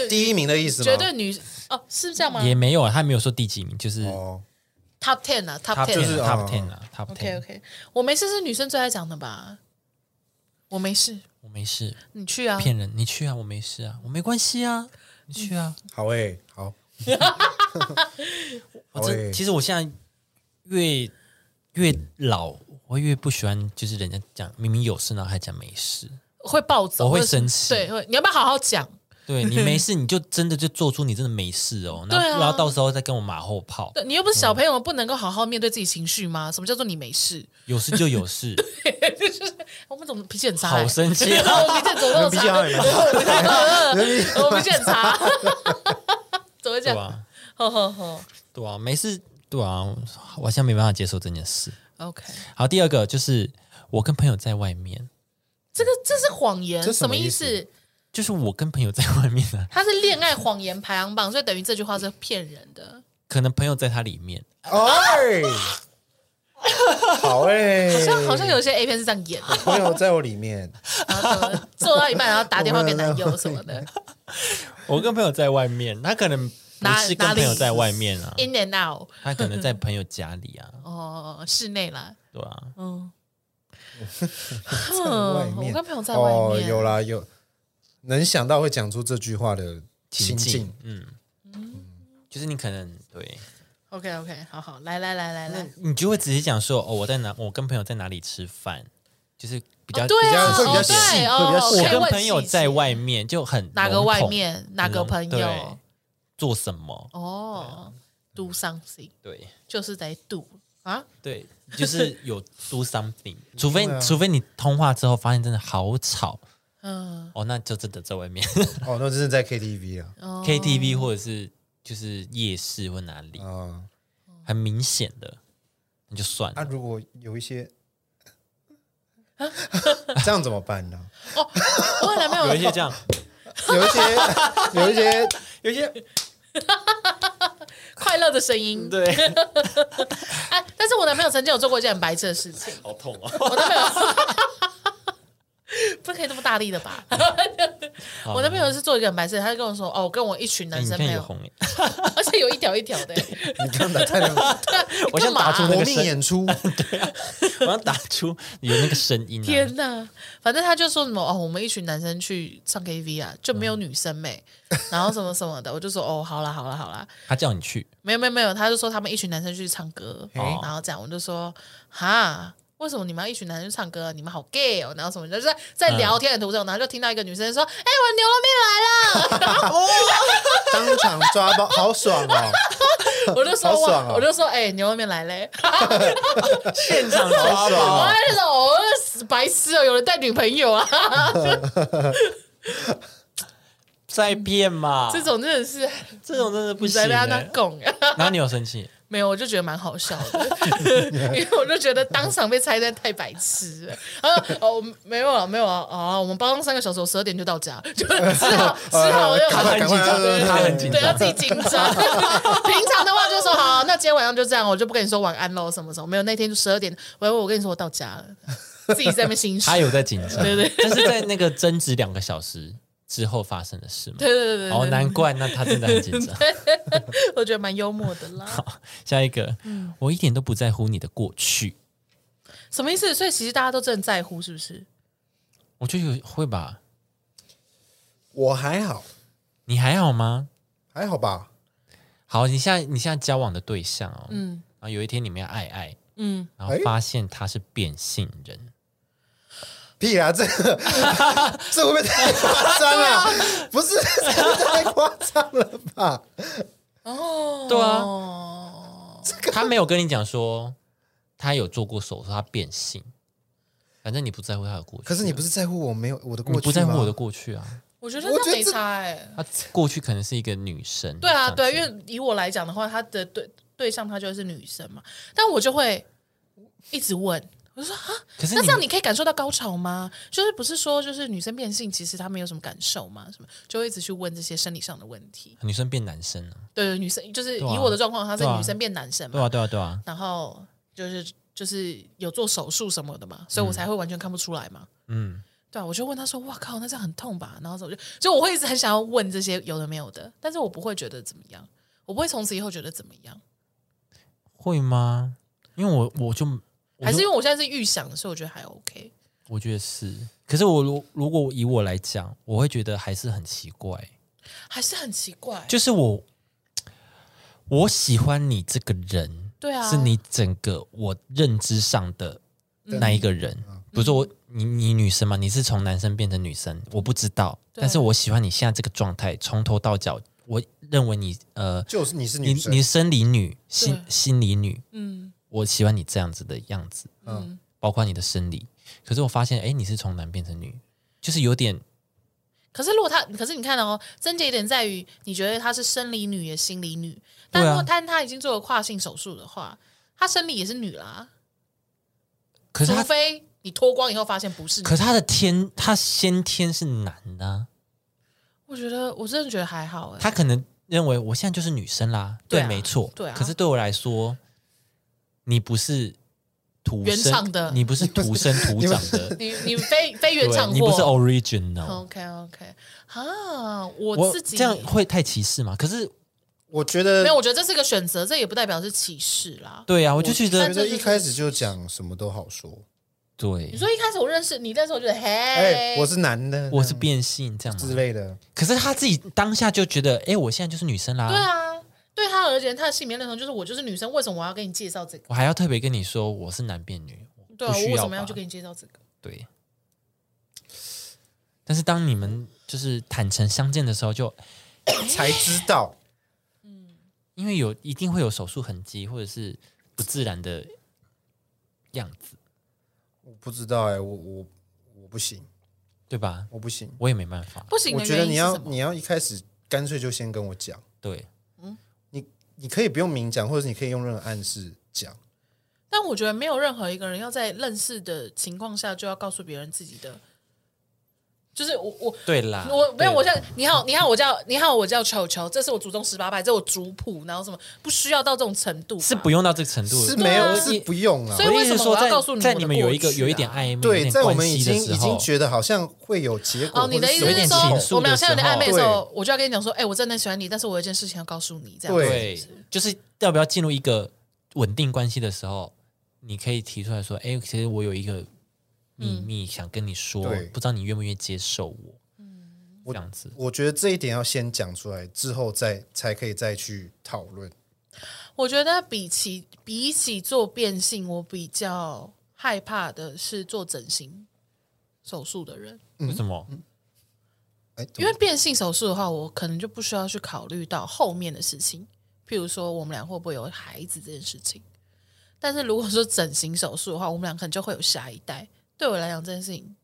Speaker 3: 第一名的意思吗？
Speaker 2: 绝对女哦，是这样吗
Speaker 1: 也没有啊，他没有说第几名，就是
Speaker 3: 哦，
Speaker 2: ？Top ten 啊，Top
Speaker 1: top ten
Speaker 2: ten，啊
Speaker 3: 就是
Speaker 1: 啊
Speaker 3: 哦
Speaker 1: top ten 啊，top
Speaker 2: OK
Speaker 1: ten，
Speaker 2: OK，我没事是女生最爱讲的吧？我没事，
Speaker 1: 我没事，
Speaker 2: 你去啊。
Speaker 1: 骗人，你去啊，我没事啊，我没关系啊，你去啊。
Speaker 2: 嗯
Speaker 3: 好诶，好，
Speaker 1: 我
Speaker 3: 好
Speaker 1: 真
Speaker 3: 欸
Speaker 1: 其实我现在越越老，我越不喜欢就是人家讲明明有事，然后还讲没事。
Speaker 2: 会暴走，
Speaker 1: 我会
Speaker 2: 或者是
Speaker 1: 生气
Speaker 2: 对，会你要不要好好讲？
Speaker 1: 对你没事，你就真的就做出你真的没事哦，然
Speaker 2: 对
Speaker 1: 后
Speaker 2: 啊
Speaker 1: 然后到时候再跟我马后炮，
Speaker 2: 对你又不是小朋友，不能够好好面对自己情绪吗？什么叫做你没事？
Speaker 1: 有事就有事，
Speaker 2: 我们怎么脾气很差、欸？
Speaker 1: 好生气啊！
Speaker 2: 我们脾气怎么那 么差？
Speaker 3: 你们脾气好很吗
Speaker 2: 我们脾气 我们脾气很差， 怎
Speaker 1: 对
Speaker 2: 么
Speaker 1: 啊
Speaker 2: 讲？
Speaker 1: 吧？
Speaker 2: 呵呵呵
Speaker 1: 对啊，没事，对啊，我现在没办法接受这件事。
Speaker 2: ，OK，
Speaker 1: 好，第二个就是我跟朋友在外面，
Speaker 2: 这个这是谎言，
Speaker 3: 这什
Speaker 2: 什
Speaker 3: 么
Speaker 2: 么
Speaker 3: 意
Speaker 2: 意
Speaker 3: 思
Speaker 2: 思？
Speaker 1: 就是我跟朋友在外面啊，
Speaker 2: 它是恋爱谎言排行榜，所以等于这句话是骗人 的。
Speaker 1: 可能朋友在他里面，
Speaker 3: 哎，好诶，
Speaker 2: 好像好像有些 A 片是这样演 的，
Speaker 3: 朋友在我里面，
Speaker 2: 然后怎 么做到一半，然后打电话给男友什么的。
Speaker 1: 我跟朋友在外面，他可能不
Speaker 2: 哪
Speaker 1: 是
Speaker 2: 哪
Speaker 1: 跟
Speaker 2: 里
Speaker 1: 朋友在外面啊，
Speaker 2: in and out
Speaker 1: 他可能在朋友家里啊，
Speaker 2: 哦，室内啦，
Speaker 1: 对啊，
Speaker 2: 嗯，
Speaker 3: 外
Speaker 2: 哼我
Speaker 3: 面
Speaker 2: 跟朋友在外
Speaker 3: 哦，
Speaker 2: 面，
Speaker 3: 有啦有，能想到会讲出这句话的
Speaker 1: 情
Speaker 3: 情境
Speaker 1: 境，嗯，就是你可能对，
Speaker 2: OK OK，好好，来来来来来，
Speaker 1: 你就会直接讲说哦，我在哪，我跟朋友在哪里吃饭，就是比较
Speaker 2: 哦对啊，
Speaker 3: 比较会比较
Speaker 2: 哦对
Speaker 3: 细
Speaker 2: 哦
Speaker 3: 会比较
Speaker 2: 可以
Speaker 3: 细
Speaker 1: 我跟
Speaker 2: 问
Speaker 1: 朋友
Speaker 2: 细
Speaker 1: 在
Speaker 2: 节
Speaker 1: 外面就很
Speaker 2: 哪个
Speaker 1: 笼
Speaker 2: 外
Speaker 1: 统
Speaker 2: 面，哪个
Speaker 1: 笼
Speaker 2: 朋
Speaker 1: 对
Speaker 2: 友，
Speaker 1: 做什么，
Speaker 3: 啊
Speaker 2: 哦，do something
Speaker 1: 对
Speaker 2: 就是得 do 啊，
Speaker 1: 对，就是有 do something，除非
Speaker 3: 对啊
Speaker 1: 除非你通话之后发现真的好吵
Speaker 2: 嗯，
Speaker 1: 哦，那就真的在外面
Speaker 3: 哦，那真是在 KTV 了
Speaker 2: 哦
Speaker 1: KTV 或者是就是夜市或哪
Speaker 2: 哦
Speaker 1: 里，
Speaker 3: 啊
Speaker 1: 很明显的，那就算
Speaker 3: 啊！
Speaker 1: 了。
Speaker 3: 如果有一些
Speaker 2: 啊
Speaker 3: 这样怎么办呢？
Speaker 2: 哦，我本来没有
Speaker 1: 有一些这样，
Speaker 3: 有一些有一些
Speaker 1: 有一些
Speaker 2: 快乐的声音，
Speaker 1: 对，
Speaker 2: 哎，但是我男朋友曾经有做过一件很白痴的事情，
Speaker 1: 好痛哦。
Speaker 2: 我男朋友不可以这么大力的 吧？我男朋友是做一个很白痴的，他就跟我说，哦，我跟我一群
Speaker 1: 哎
Speaker 2: 男
Speaker 1: 你
Speaker 2: 生
Speaker 1: 看
Speaker 2: 朋
Speaker 1: 有
Speaker 2: 友，
Speaker 1: 红耶，
Speaker 2: 而且有一条一条 的，
Speaker 3: 你刚才太 了
Speaker 1: 我想
Speaker 2: 干嘛
Speaker 1: 打出那
Speaker 3: 搏
Speaker 1: 个
Speaker 3: 命
Speaker 1: 声，
Speaker 3: 演出，
Speaker 1: 我想打出有那个声音啊。
Speaker 2: 天呐，反正他就说什么哦，我们一群男生去唱 KTV 啊，就没有女生 妹，然后什么什么的，我就说哦，好啦好啦好啦，
Speaker 1: 他叫你去，
Speaker 2: 没有没有没有，他就说他们一群男生去唱歌，
Speaker 3: 嘿
Speaker 1: 哦
Speaker 2: 然后这样我就说哈。为什么你们要一群男生去唱歌？你们好 gay 哦！然后什么，就是在在聊天的途中，然后就听到一个女生说：“哎、 我牛肉面来了
Speaker 3: 当场抓包，好爽哦！！”
Speaker 2: 我就说：“
Speaker 3: 好
Speaker 1: 啊
Speaker 2: 哇
Speaker 3: 爽！”哦
Speaker 2: 我就说：“哎、牛肉面来嘞！”
Speaker 1: 现场
Speaker 3: 好爽
Speaker 2: 我
Speaker 3: 哦！
Speaker 2: 那种我死白痴哦，有人带女朋友啊！
Speaker 1: 再骗嘛，
Speaker 2: 这种真的是
Speaker 1: 这种真的不
Speaker 2: 你
Speaker 1: 行
Speaker 2: 在
Speaker 1: 欸。
Speaker 2: 被他那拱。
Speaker 1: 然后你有生气，
Speaker 2: 没有，我就觉得蛮好笑 的，因为我就觉得当场被拆弹太白痴了。然后哦，没有啊，没有啊，啊，我们包装三个小时，我十二点就到家，就 只好只好就
Speaker 3: 赶快赶快
Speaker 1: 他很紧张他很紧
Speaker 2: 对，要自己紧张。平常的话就说好，那今天晚上就这样，我就不跟你说晚安喽，什么什么。没有，那天就十二点，我我跟你说我到家 了，自己在那边心虚
Speaker 1: 他。有在紧张，
Speaker 2: 对对
Speaker 1: 这是在那个争执两个小时之后发生的事嘛？
Speaker 2: 对对对对
Speaker 1: 哦，
Speaker 2: 对，
Speaker 1: 难怪，那他真的很紧 张。
Speaker 2: 我觉得蛮幽默的啦。
Speaker 1: 下一个，
Speaker 2: 嗯
Speaker 1: 我一点都不在乎你的过去，
Speaker 2: 什么意思？所以其实大家都真的在乎，是不是？
Speaker 1: 我就有会吧？
Speaker 3: 我还好，
Speaker 1: 你还好吗？
Speaker 3: 还好吧？
Speaker 1: 好，你现在你现在交往的对象哦，
Speaker 2: 嗯
Speaker 1: 然后有一天你们要爱爱，
Speaker 2: 嗯，
Speaker 1: 然后发现他是变性人，
Speaker 3: 屁啊！这 这会不会太夸张
Speaker 2: 啊
Speaker 3: 了？不是，这太夸张了吧？
Speaker 2: 哦，
Speaker 1: 对啊
Speaker 2: 啊。
Speaker 1: 他没有跟你讲说他有做过手术，他变性，反正你不在乎他的过去，啊
Speaker 3: 可是你不是在乎我没有我的过
Speaker 1: 你
Speaker 3: 去
Speaker 1: 不在乎
Speaker 3: 吗
Speaker 1: 我的过去啊。
Speaker 2: 我觉得
Speaker 3: 我觉
Speaker 2: 那
Speaker 3: 得
Speaker 2: 没
Speaker 3: 这
Speaker 2: 差哎、
Speaker 1: 她过去可能是一个女生，
Speaker 2: 对啊，
Speaker 1: 这样
Speaker 2: 对，
Speaker 1: 子
Speaker 2: 因为以我来讲的话，他的对对象她就是女生嘛，但我就会一直问，我就说啊，
Speaker 1: 可是
Speaker 2: 那
Speaker 1: 你
Speaker 2: 这样你可以感受到高潮吗？就是不是说就是女生变性，其实她没有什么感受吗？什么就会一直去问这些生理上的问题。
Speaker 1: 女生变男生了、
Speaker 2: 对，对女生就是
Speaker 1: 对啊
Speaker 2: 以我的状况，她是
Speaker 1: 对啊
Speaker 2: 女生变男生嘛，
Speaker 1: 对啊，对啊，对啊，
Speaker 2: 然后就是就是有做手术什么的嘛，所以我才会完全看不出来嘛。
Speaker 1: 嗯，
Speaker 2: 对啊，我就问他说：“哇靠，那这样很痛吧？”然后怎么就就我会一直很想要问这些有的没有的，但是我不会觉得怎么样，我不会从此以后觉得怎么样，
Speaker 1: 会吗？因为我我就我
Speaker 2: 还
Speaker 1: 就是
Speaker 2: 因为我现在是预想的，所以我觉得还 OK。
Speaker 1: 我觉得是，可是我如如果以我来讲，我会觉得还是很奇怪，
Speaker 2: 还是很奇怪，
Speaker 1: 就是我我喜欢你这个人，
Speaker 2: 对啊
Speaker 1: 是你整个我认知上的
Speaker 2: 嗯
Speaker 1: 那一个人，
Speaker 3: 嗯
Speaker 1: 比如说我你你女生嘛，你是从男生变成女生，我不知道，
Speaker 2: 对
Speaker 1: 但是我喜欢你现在这个状态，从头到脚，我认为你呃。
Speaker 3: 就是你是
Speaker 1: 你
Speaker 3: 女生，
Speaker 1: 你生理女，心
Speaker 2: 对
Speaker 1: 心理女，
Speaker 2: 嗯
Speaker 1: 我喜欢你这样子的样子，
Speaker 2: 嗯，
Speaker 1: 包括你的生理。可是我发现，哎，你是从男变成女，就是有点
Speaker 2: 可是如果他，可是你看哦，症结点在于你觉得她是生理女也心理女，但
Speaker 1: 对啊
Speaker 2: 如果但她已经做了跨性手术的话，她生理也是女啦，
Speaker 1: 可是
Speaker 2: 除
Speaker 1: 他，
Speaker 2: 非你脱光以后发现不是女
Speaker 1: 可。是他的天，他先天是男的啊、
Speaker 2: 我觉得我真的觉得还好哎、
Speaker 1: 他可能认为我现在就是女生啦，
Speaker 2: 对
Speaker 1: 对，
Speaker 2: 啊
Speaker 1: 没错，
Speaker 2: 对啊
Speaker 1: 可是对我来说，你不是土
Speaker 2: 原
Speaker 1: 生
Speaker 2: 唱的
Speaker 1: 你不是土生土长的，
Speaker 2: 你你非非 原厂
Speaker 1: 对，
Speaker 2: 货，
Speaker 1: 你不是 original。
Speaker 2: OK OK 啊，我
Speaker 1: 我
Speaker 2: 自己
Speaker 1: 这样会太歧视吗？可是
Speaker 3: 我觉
Speaker 2: 没有，
Speaker 3: 得，
Speaker 2: 我觉得这是个选择，这也不代表是歧视啦。
Speaker 1: 对啊呀，我就觉
Speaker 3: 我
Speaker 1: 得
Speaker 3: 觉得一开始就讲什么都好说。
Speaker 1: 对
Speaker 2: 你，说一开始我认识你，但是我觉得
Speaker 3: 哎
Speaker 2: 嘿，，
Speaker 3: 我是男的，
Speaker 1: 我是变性这样
Speaker 3: 之
Speaker 1: 吗？
Speaker 3: 类的，
Speaker 1: 可是他自己当下就觉得，哎，我现在就是女生
Speaker 2: 对
Speaker 1: 啦，
Speaker 2: 啊，对他而言，他的性别认同就是我就是女生，为什么我要跟你介绍这个？
Speaker 1: 我还要特别跟你说我是男变女，
Speaker 2: 对啊，
Speaker 1: 不需
Speaker 2: 我为
Speaker 1: 要
Speaker 2: 什么要
Speaker 1: 吧
Speaker 2: 去跟你介绍这个？
Speaker 1: 对。但是当你们就是坦诚相见的时候，就
Speaker 3: 才知道。
Speaker 1: 因为有一定会有手术痕迹，或者是不自然的样子，
Speaker 3: 我不知道哎，我我我不行，
Speaker 1: 对吧？
Speaker 3: 我不行。
Speaker 1: 我也没办法，
Speaker 2: 不行
Speaker 3: 我
Speaker 2: 的
Speaker 3: 觉
Speaker 2: 原
Speaker 3: 得
Speaker 2: 因
Speaker 3: 你
Speaker 2: 是
Speaker 3: 要
Speaker 2: 什么？
Speaker 3: 你要一开始干脆就先跟我讲，
Speaker 1: 对，
Speaker 3: 你可以不用明讲，或者是你可以用任何暗示讲。
Speaker 2: 但我觉得没有任何一个人要在认识的情况下就要告诉别人自己的，就是我我
Speaker 1: 对啦，
Speaker 2: 我没有，
Speaker 1: 啊对
Speaker 2: 我叫你好，你好，我叫你好，我叫球球，这是我祖宗十八拜，这是我族谱，然后什么不需要到这种程度吧，
Speaker 1: 是不用到这个程度，
Speaker 3: 是
Speaker 1: 对
Speaker 3: 没有，
Speaker 1: 啊
Speaker 3: 是不用啊
Speaker 2: 所。以
Speaker 1: 我的
Speaker 2: 为
Speaker 1: 意
Speaker 2: 什
Speaker 1: 思是说
Speaker 2: 么我要
Speaker 1: 在
Speaker 2: 告诉你
Speaker 1: 在
Speaker 2: 我的
Speaker 1: 你们有一个
Speaker 2: 过去啊
Speaker 1: 有一点暧昧，有
Speaker 3: 对，
Speaker 1: 点
Speaker 3: 在我
Speaker 1: 关
Speaker 3: 们
Speaker 1: 系
Speaker 3: 已
Speaker 1: 的
Speaker 3: 经
Speaker 1: 时
Speaker 3: 已经
Speaker 1: 候
Speaker 3: 觉得好像会有结果，
Speaker 2: 哦，你的意思
Speaker 1: 有
Speaker 2: 是
Speaker 1: 点
Speaker 2: 说
Speaker 1: 情愫的时，候
Speaker 2: 我们俩现在有点暧昧的时候，我就要跟你讲说，哎、我真的很喜欢你，但是我有一件事情要告诉你，这样
Speaker 3: 对
Speaker 1: 对，就是要不要进入一个稳定关系的时候，你可以提出来说，哎，其实我有一个秘
Speaker 2: 嗯
Speaker 1: 密想跟你说
Speaker 3: 对，
Speaker 1: 不知道你愿不愿意接受我，
Speaker 2: 嗯
Speaker 3: 我
Speaker 1: 这样子，
Speaker 3: 我觉得这一点要先讲出来，之后再才可以再去讨论。
Speaker 2: 我觉得比起比起做变性，我比较害怕的是做整形手术的人，
Speaker 1: 为什
Speaker 3: 嗯
Speaker 1: 么？
Speaker 3: 哎，
Speaker 2: 因为变性手术的话，我可能就不需要去考虑到后面的事情，譬如说我们俩会不会有孩子这件事情。但是如果说整形手术的话，我们俩可能就会有下一代。对我来讲，这件事情，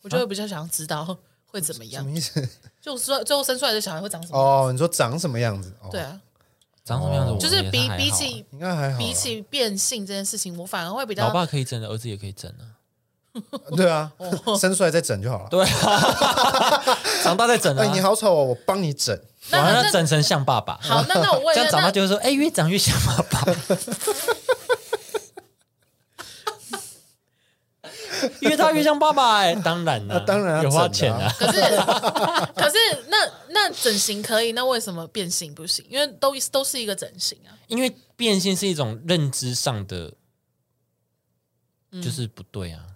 Speaker 2: 我就会比较想要知道会怎么
Speaker 3: 什
Speaker 2: 样，
Speaker 3: 么意思？
Speaker 2: 就说最后生出来的小孩会长什么样
Speaker 3: 啊哦，你说长什么样子？哦
Speaker 2: 对，啊，
Speaker 1: 长什么哦样子我
Speaker 2: 就
Speaker 1: 觉
Speaker 2: 是
Speaker 1: 得
Speaker 2: 比
Speaker 1: 还好啊
Speaker 2: 比起
Speaker 3: 应该还好啦。啊
Speaker 2: 比起变性这件事情，我反而会比较
Speaker 1: 老爸可以整的，儿子也可以整啊，
Speaker 3: 对啊，
Speaker 2: 哦
Speaker 3: 生出来再整就好了。
Speaker 1: 对啊，长大再整
Speaker 3: 哎，你
Speaker 1: 啊。
Speaker 3: 好丑哦，我帮你整。
Speaker 2: 那
Speaker 1: 完
Speaker 2: 那
Speaker 1: 了整成像爸爸，
Speaker 2: 好。那那我 问
Speaker 1: 这样
Speaker 2: 一下，
Speaker 1: 长大
Speaker 2: 那
Speaker 1: 就会说，哎，越长越像爸 爸，越大越像爸爸，哎，当然了，
Speaker 3: 啊当然要
Speaker 1: 有花
Speaker 3: 整
Speaker 1: 钱
Speaker 3: 的啊
Speaker 1: 啊，
Speaker 2: 可是 可是那那整形可以，那为什么变性不行？因为都都是一个整形啊。
Speaker 1: 因为变性是一种认知上的，
Speaker 2: 嗯
Speaker 1: 就是不对啊，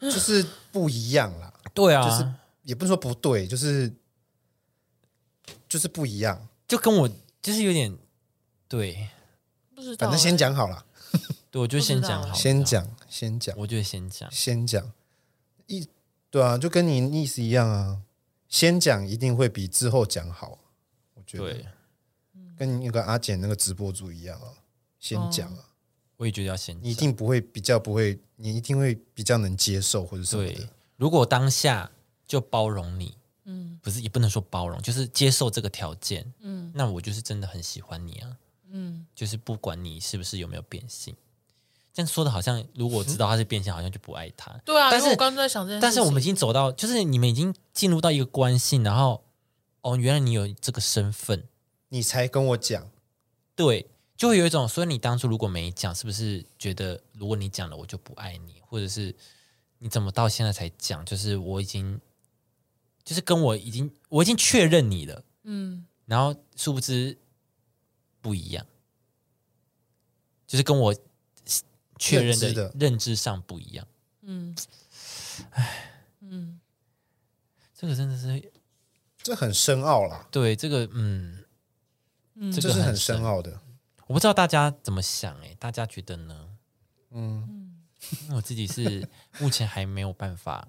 Speaker 3: 就是不一样啦，
Speaker 1: 对
Speaker 3: 就是，也不是说不对，就是就是不一样。
Speaker 1: 就跟我就是有点对，
Speaker 2: 不知道欸，
Speaker 3: 反正先讲好了，
Speaker 1: 对我就先
Speaker 2: 不知道
Speaker 1: 讲好，
Speaker 3: 先，讲，先讲，
Speaker 1: 我就先讲，
Speaker 3: 先讲。一对啊，就跟你意思一样啊，先讲一定会比之后讲好，我觉得
Speaker 1: 对，
Speaker 3: 跟那个阿简那个直播主一样啊，先讲啊，
Speaker 1: 哦我也觉得要先讲
Speaker 3: 你一定不会比较不会，你一定会比较能接受或者什么
Speaker 1: 对
Speaker 3: 的。，
Speaker 1: 如果当下就包容你，嗯，不是也不能说包容，就是接受这个条件，嗯，那我就是真的很喜欢你啊，嗯，就是不管你是不是有没有变性，这样说的好像如果我知道他是变性，好像就不爱他，
Speaker 2: 对啊。
Speaker 1: 但
Speaker 2: 因为
Speaker 1: 是
Speaker 2: 我刚刚在
Speaker 3: 嗯
Speaker 2: 想这件事情，
Speaker 1: 但是我们已经走到，就是你们已经进入到一个关系，然后哦，原来你有这个身份，
Speaker 3: 你才跟我讲，
Speaker 1: 对，就会有一种，所以你当初如果没讲，是不是觉得如果你讲了，我就不爱你，或者是你怎么到现在才讲？就是我已经，就是跟我已经我已经确认你了，
Speaker 2: 嗯，
Speaker 1: 然后殊不知不一样，就是跟我确认
Speaker 3: 认知的
Speaker 1: 认知上不一样。
Speaker 2: 嗯，
Speaker 1: 这个真的是
Speaker 3: 这很深奥啦，
Speaker 1: 对这个，嗯，这
Speaker 3: 这
Speaker 1: 个
Speaker 3: 是很
Speaker 1: 深
Speaker 3: 深奥的。
Speaker 1: 我不知道大家怎么想哎、大家觉得呢？嗯，因为我自己 是目前还没有办法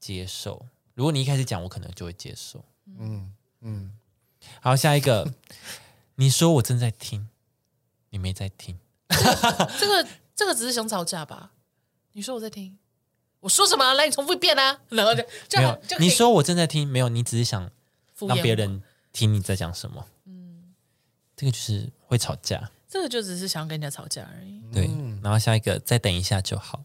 Speaker 1: 接受。如果你一开始讲，我可能就会接受。
Speaker 3: 嗯嗯，
Speaker 1: 好，下一个，你说我正在听，你没在听，
Speaker 2: 这个这个只是想吵架吧？你说我在听，我说什么啊？来，你重复一遍啊！然后就就
Speaker 1: 没有
Speaker 2: 就？可以
Speaker 1: 你说我正在听，没有？你只是想
Speaker 2: 敷衍
Speaker 1: 让别
Speaker 2: 我
Speaker 1: 人听你在讲什么？嗯，这个就是会吵架，
Speaker 2: 这个就只是想跟人家吵架而已。
Speaker 1: 对。
Speaker 2: 嗯
Speaker 1: 然后下一个，再等一下就好。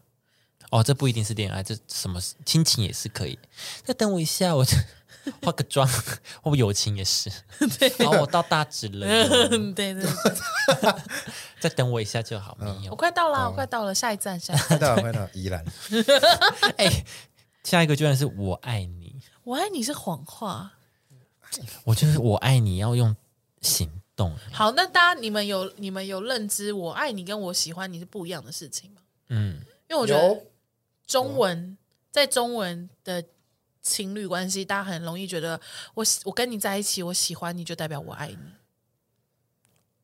Speaker 1: 哦，这不一定是恋爱，这什么亲情也是可以。再等我一下， 我化个妆，或友情也是。好，我到大直了哟，
Speaker 2: 嗯， 对对对，
Speaker 1: 再等我一下就好。没
Speaker 2: 我
Speaker 1: 有，
Speaker 2: 快到啦，我快到了，下一站，下一站。
Speaker 3: 快到了快到了， 宜兰，
Speaker 1: 哎，下一个居然是我爱你，
Speaker 2: 我爱你是谎话，
Speaker 1: 我就是我爱你要用行动，
Speaker 2: 好，那大家你们有你们有认知，我爱你跟我喜欢你是不一样的事情吗？
Speaker 1: 嗯，
Speaker 2: 因为我觉得
Speaker 3: 有
Speaker 2: 中文在中文的情侣关系，大家很容易觉得我喜我跟你在一起，我喜欢你就代表我爱你。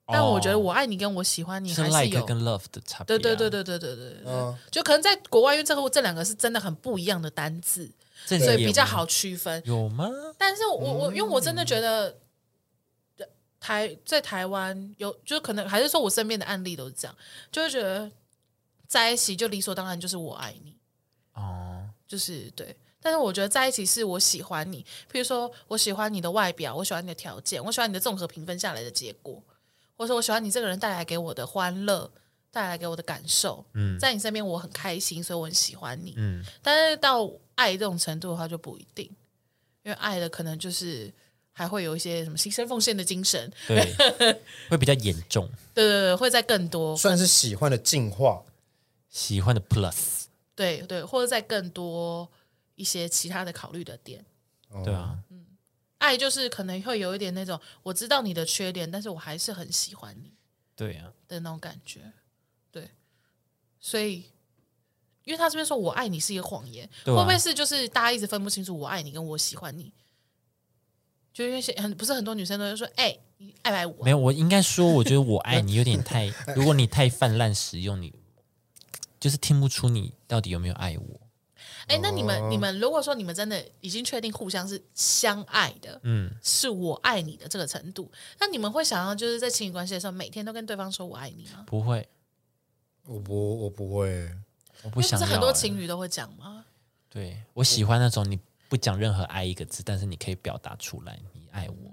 Speaker 2: 但我
Speaker 3: 哦
Speaker 2: 觉得我爱你跟我喜欢你
Speaker 1: 就
Speaker 2: 还
Speaker 1: 哦是
Speaker 2: 是
Speaker 1: like
Speaker 2: 有，
Speaker 1: 跟 love 的差别、
Speaker 2: 对
Speaker 1: 啊，
Speaker 2: 对对，对对对对对，
Speaker 3: 嗯，
Speaker 2: 就可能在国外，因为这个这两个是真的很不一样的单字，
Speaker 1: 这里
Speaker 2: 所以
Speaker 1: 也
Speaker 2: 比较
Speaker 1: 有
Speaker 2: 好区分。
Speaker 1: 有吗？
Speaker 2: 但是我我因为我真的觉得呃台在台湾有，就可能还是说我身边的案例都是这样，就会觉得在一起就理所当然就是我爱你，
Speaker 1: 哦，
Speaker 2: 就是对。但是我觉得在一起是我喜欢你，譬如说我喜欢你的外表，我喜欢你的条件，我喜欢你的综合评分下来的结果，或者说我喜欢你这个人带来给我的欢乐，带来给我的感受，
Speaker 1: 嗯
Speaker 2: 在你身边我很开心，所以我很喜欢你。
Speaker 1: 嗯，
Speaker 2: 但是到爱这种程度的话就不一定，因为爱的可能就是还会有一些什么牺牲奉献的精神，
Speaker 1: 对，会比较严重。
Speaker 2: 对对对，会在更多，
Speaker 3: 算是喜欢的进化，
Speaker 1: 喜欢的 plus，
Speaker 2: 对对，或者在更多一些其他的考虑的点。
Speaker 3: 哦
Speaker 1: 对，啊，
Speaker 2: 爱就是可能会有一点那种，我知道你的缺点，但是我还是很喜欢你
Speaker 1: 对啊，
Speaker 2: 的那种感觉，对，所以。因为他这边说“我爱你”是一个谎言，
Speaker 1: 对啊
Speaker 2: 会不会是就是大家一直分不清楚“我爱你”跟“我喜欢你”？就因为很不是很多女生都会说：“哎、你爱不爱我啊、
Speaker 1: 没有，我应该说，我觉得我爱你有点 太，
Speaker 3: 哎
Speaker 1: 如果你太泛滥使用，你就是听不出你到底有没有爱我。
Speaker 2: 哎、那你们、
Speaker 1: 哦
Speaker 2: 你们如果说你们真的已经确定互相是相爱的，
Speaker 1: 嗯，
Speaker 2: 是我爱你的这个程度，那你们会想要就是在情侣关系的时候，每天都跟对方说我爱你吗？
Speaker 1: 不会，
Speaker 3: 我不我不会，
Speaker 1: 我不想
Speaker 2: 是
Speaker 1: 要、
Speaker 2: 很多
Speaker 1: 欸
Speaker 2: 情侣都会讲吗？
Speaker 1: 对我喜欢那种你不讲任何爱一个字，但是你可以表达出来你爱我。
Speaker 2: 嗯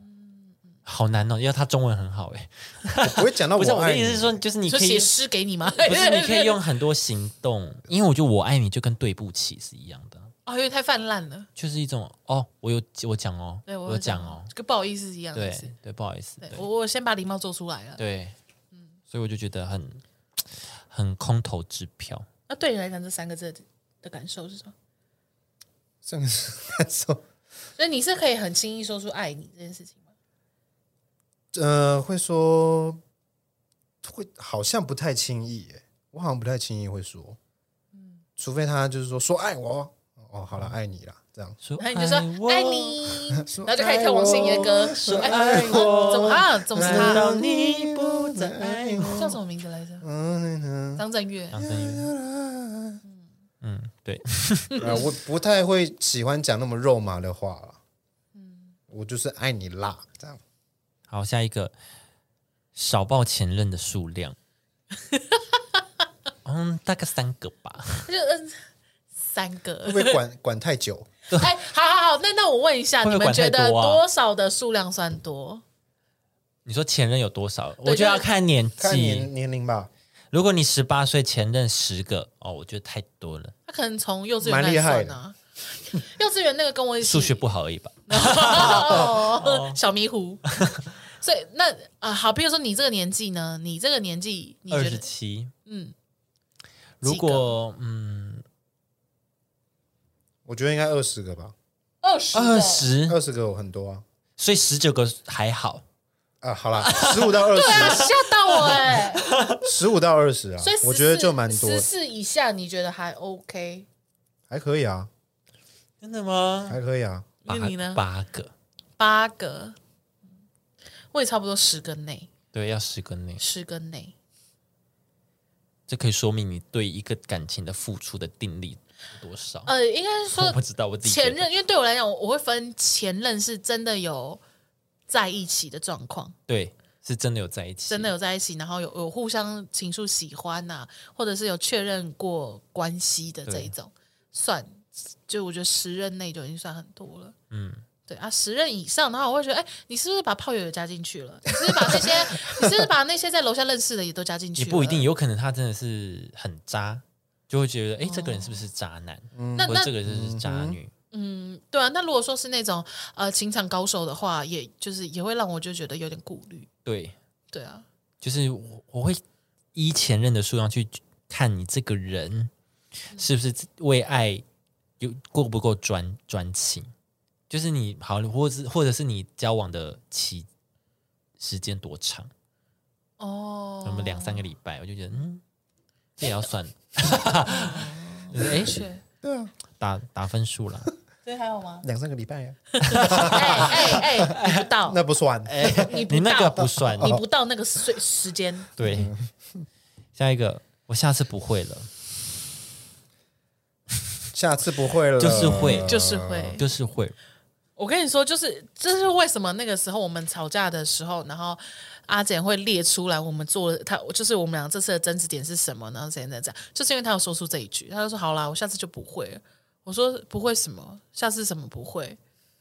Speaker 1: 好难哦，因为他中文很好哎、
Speaker 3: 我不会讲 到
Speaker 1: 不是
Speaker 3: 我
Speaker 1: 我的
Speaker 3: 爱
Speaker 1: 意
Speaker 3: 你
Speaker 1: 思是， 说，就是你
Speaker 2: 说
Speaker 1: 可
Speaker 2: 写
Speaker 1: 以，
Speaker 2: 诗给你吗？
Speaker 1: 不是你可以用很多行动，因为我觉得我爱你就跟对不起是一样的，
Speaker 2: 哦，因为太泛滥了，
Speaker 1: 就是一种哦，我有我讲哦，
Speaker 2: 对
Speaker 1: 我
Speaker 2: 有
Speaker 1: 有讲
Speaker 2: 讲
Speaker 1: 哦，，
Speaker 2: 跟不好意思一样的意
Speaker 1: 对
Speaker 2: 思。
Speaker 1: 对，不好意思，
Speaker 2: 对
Speaker 1: 对
Speaker 2: 我我先把礼貌做出来了。
Speaker 1: 对，所以我就觉得很很空头支票，
Speaker 2: 那对你来讲，这三个字的的感受是什么？
Speaker 3: 这个是感受，
Speaker 2: 所以你是可以很轻易说出爱你这件事情吗？
Speaker 3: 呃，会说会好像不太轻易、欸，我好像不太轻易会说，
Speaker 1: 嗯
Speaker 3: 除非他就是说说爱我哦，哦，好了，爱你啦，这样
Speaker 1: 说哎
Speaker 2: 然后你就说
Speaker 1: 我
Speaker 2: 爱，你，
Speaker 3: 说
Speaker 2: 然后就开始跳王心怡的歌，哎
Speaker 1: 爱我
Speaker 2: 怎么啊？怎么是
Speaker 1: 难
Speaker 2: 他
Speaker 1: 道？你不再爱我
Speaker 2: 叫什么名字来着？
Speaker 3: 嗯嗯
Speaker 2: 张震岳。
Speaker 1: 杨振宇，
Speaker 3: 嗯，
Speaker 1: 嗯，对，
Speaker 3: 呃，我不太会喜欢讲那么肉麻的话了。
Speaker 1: 嗯
Speaker 3: 我就是爱你啦，这样
Speaker 1: 好，下一个少报前任的数量， 嗯，大概三个吧，
Speaker 2: 就嗯，三
Speaker 3: 会
Speaker 2: 个
Speaker 3: 不。会管管太久？
Speaker 2: 哎，好好好，那那我问一下，
Speaker 1: 会不
Speaker 2: 你
Speaker 1: 会
Speaker 2: 们觉得
Speaker 1: 管太多啊
Speaker 2: 多少的数量算多？
Speaker 1: 你说前任有多少？我
Speaker 2: 对
Speaker 1: 觉得要
Speaker 2: 就是
Speaker 1: 看年
Speaker 3: 看
Speaker 1: 纪。
Speaker 3: 年年龄吧，
Speaker 1: 如果你十八岁前任十个，哦，我觉得太多了，
Speaker 2: 他可能从幼稚园
Speaker 3: 蛮
Speaker 2: 开始
Speaker 3: 厉害
Speaker 2: 算啊。 幼稚园那个跟我一起
Speaker 1: 数学不好而已吧。
Speaker 2: 哦， 小迷糊。所以那啊、好，比如说你这个年纪呢，你这个年纪，你
Speaker 1: 二
Speaker 2: 觉
Speaker 1: 十
Speaker 2: 得
Speaker 1: 七，
Speaker 2: 嗯，
Speaker 1: 如
Speaker 2: 几个
Speaker 1: 果嗯
Speaker 3: 我觉得应该二十个吧，
Speaker 2: 二十哦
Speaker 1: 二
Speaker 2: 个
Speaker 1: 十，
Speaker 3: 二十个有很多啊
Speaker 1: 所以十九个还好，
Speaker 3: 啊，好啦，十五到二
Speaker 2: 啊，
Speaker 3: 十，
Speaker 2: 吓到我哎、
Speaker 3: 十五到二十 啊
Speaker 2: 所以，
Speaker 3: 我觉得就蛮多
Speaker 2: 十
Speaker 3: 的，
Speaker 2: 四以下，你觉得还 OK？
Speaker 3: 还可以啊，
Speaker 1: 真的吗？
Speaker 2: 嗯
Speaker 3: 还可以啊，
Speaker 2: 那你呢？
Speaker 1: 八个，
Speaker 2: 八个，我也差不多十个内，
Speaker 1: 对，要十个内，
Speaker 2: 十个内。
Speaker 1: 这可以说明你对一个感情的付出的定力有多少。
Speaker 2: 呃，应该是
Speaker 1: 我不
Speaker 2: 说
Speaker 1: 知道我自己觉得
Speaker 2: 前任，因为对我来讲，我我会分前任是真的有在一起的状况，
Speaker 1: 对是真的有在一起，
Speaker 2: 真的有在一起，然后有有互相情愫喜欢呐、或者是有确认过关系的这一种，算就我觉得十任内就已经算很多了。
Speaker 1: 嗯，
Speaker 2: 对啊，十任以上的话，我会觉得，哎，你是不是把炮友也加进去了？你是不是把那些， 你是不是把那些在楼下认识的也都加进去
Speaker 1: 也
Speaker 2: 了？
Speaker 1: 不一定，有可能他真的是很渣，就会觉得哎，这个人是不是渣男，
Speaker 3: 嗯
Speaker 2: 那
Speaker 1: 或
Speaker 2: 那
Speaker 1: 者这个人是渣女，
Speaker 2: 嗯，对啊，那如果说是那种呃情场高手的话，也就是也会让我就觉得有点顾虑。
Speaker 1: 对，
Speaker 2: 对啊，
Speaker 1: 就是我我会依前任的数量去看你这个
Speaker 2: 嗯
Speaker 1: 人是不是为爱有够不够专专情，就是你好，或者是或者是你交往的期时间多长，
Speaker 2: 哦，
Speaker 1: 我们两三个礼拜，我就觉得嗯，这也要算， 哎、诶
Speaker 2: 确，
Speaker 3: 对啊，？
Speaker 1: 打打分数啦，
Speaker 2: 对，还有吗
Speaker 3: 两三个礼拜啊，
Speaker 2: 哎哎哎，你不到，
Speaker 3: 那不算。
Speaker 2: 你
Speaker 1: 你
Speaker 2: 不
Speaker 1: 那个
Speaker 2: 到，
Speaker 1: 不算，
Speaker 3: 哦
Speaker 2: 你不嗯到那个岁时间，
Speaker 1: 对， 下一个我下次不会了，
Speaker 3: 下次不会了，
Speaker 1: 就是
Speaker 3: 呃
Speaker 1: 会
Speaker 2: 呃就是会。
Speaker 1: 就是会，
Speaker 2: 我跟你说，就是这是为什么那个时候我们吵架的时候，然后阿简会列出来我们做他，就是我们俩这次的争执点是什么，然后怎样怎样怎样，就是因为他有说出这一句，他就说好啦，我下次就不会了。我说不会什么，下次什么不会？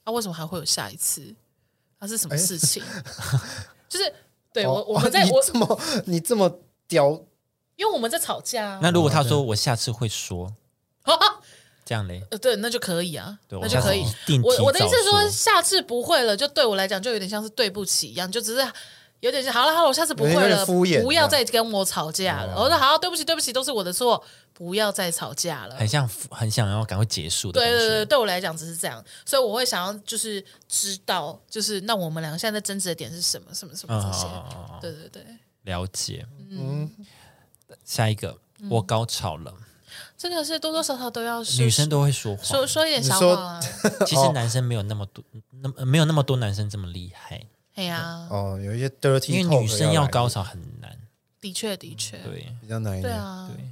Speaker 2: 啊，为什么还会有下一次？啊，是什么事 情？就是对
Speaker 3: 哎哦
Speaker 2: 我我
Speaker 3: 哦
Speaker 2: 们在、
Speaker 3: 你
Speaker 2: 我
Speaker 3: 这么你这么屌，
Speaker 2: 因为我们在吵架、啊，
Speaker 1: 那如果他说我下次会说，这样嘞，
Speaker 2: 呃，对，那就可以啊，
Speaker 1: 对我
Speaker 2: 那就可以
Speaker 1: 下次一定。
Speaker 2: 我
Speaker 1: 提
Speaker 2: 我的意思
Speaker 1: 早
Speaker 2: 是说，
Speaker 1: 说
Speaker 2: 下次不会了，就对我来讲就有点像是对不起一样，就只是有点像好了好了，我下次不会
Speaker 3: 有
Speaker 2: 了，
Speaker 3: 点敷衍
Speaker 2: 不要再跟我吵架
Speaker 1: 哦
Speaker 2: 了。我说好，对不起对不起，都是我的错，不要再吵架了。
Speaker 1: 很像很想要赶快结束的
Speaker 2: 对
Speaker 1: 感
Speaker 2: 呃对对，
Speaker 1: 觉，
Speaker 2: 对我来讲只是这样，所以我会想要就是知道，就是那我们两个现在在争执的点是什么，什么什么这些。
Speaker 1: 嗯，
Speaker 2: 对对对，
Speaker 1: 了解，嗯，下一个我高潮了，
Speaker 2: 这个嗯是多多少少都要说
Speaker 1: 女生都会说谎
Speaker 2: 说，说一点小
Speaker 3: 你说
Speaker 2: 谎啊，
Speaker 1: 其实男生没有那么多，那么没有那么多男生这么厉害，
Speaker 2: 哎呀，
Speaker 3: 哦，有一些 dirty，
Speaker 1: 因为女生
Speaker 3: talk
Speaker 1: 要
Speaker 3: 来
Speaker 1: 高潮很难，
Speaker 2: 的确的确，
Speaker 1: 对
Speaker 3: 比较难一
Speaker 2: 对
Speaker 3: 点。
Speaker 2: 啊，
Speaker 1: 对，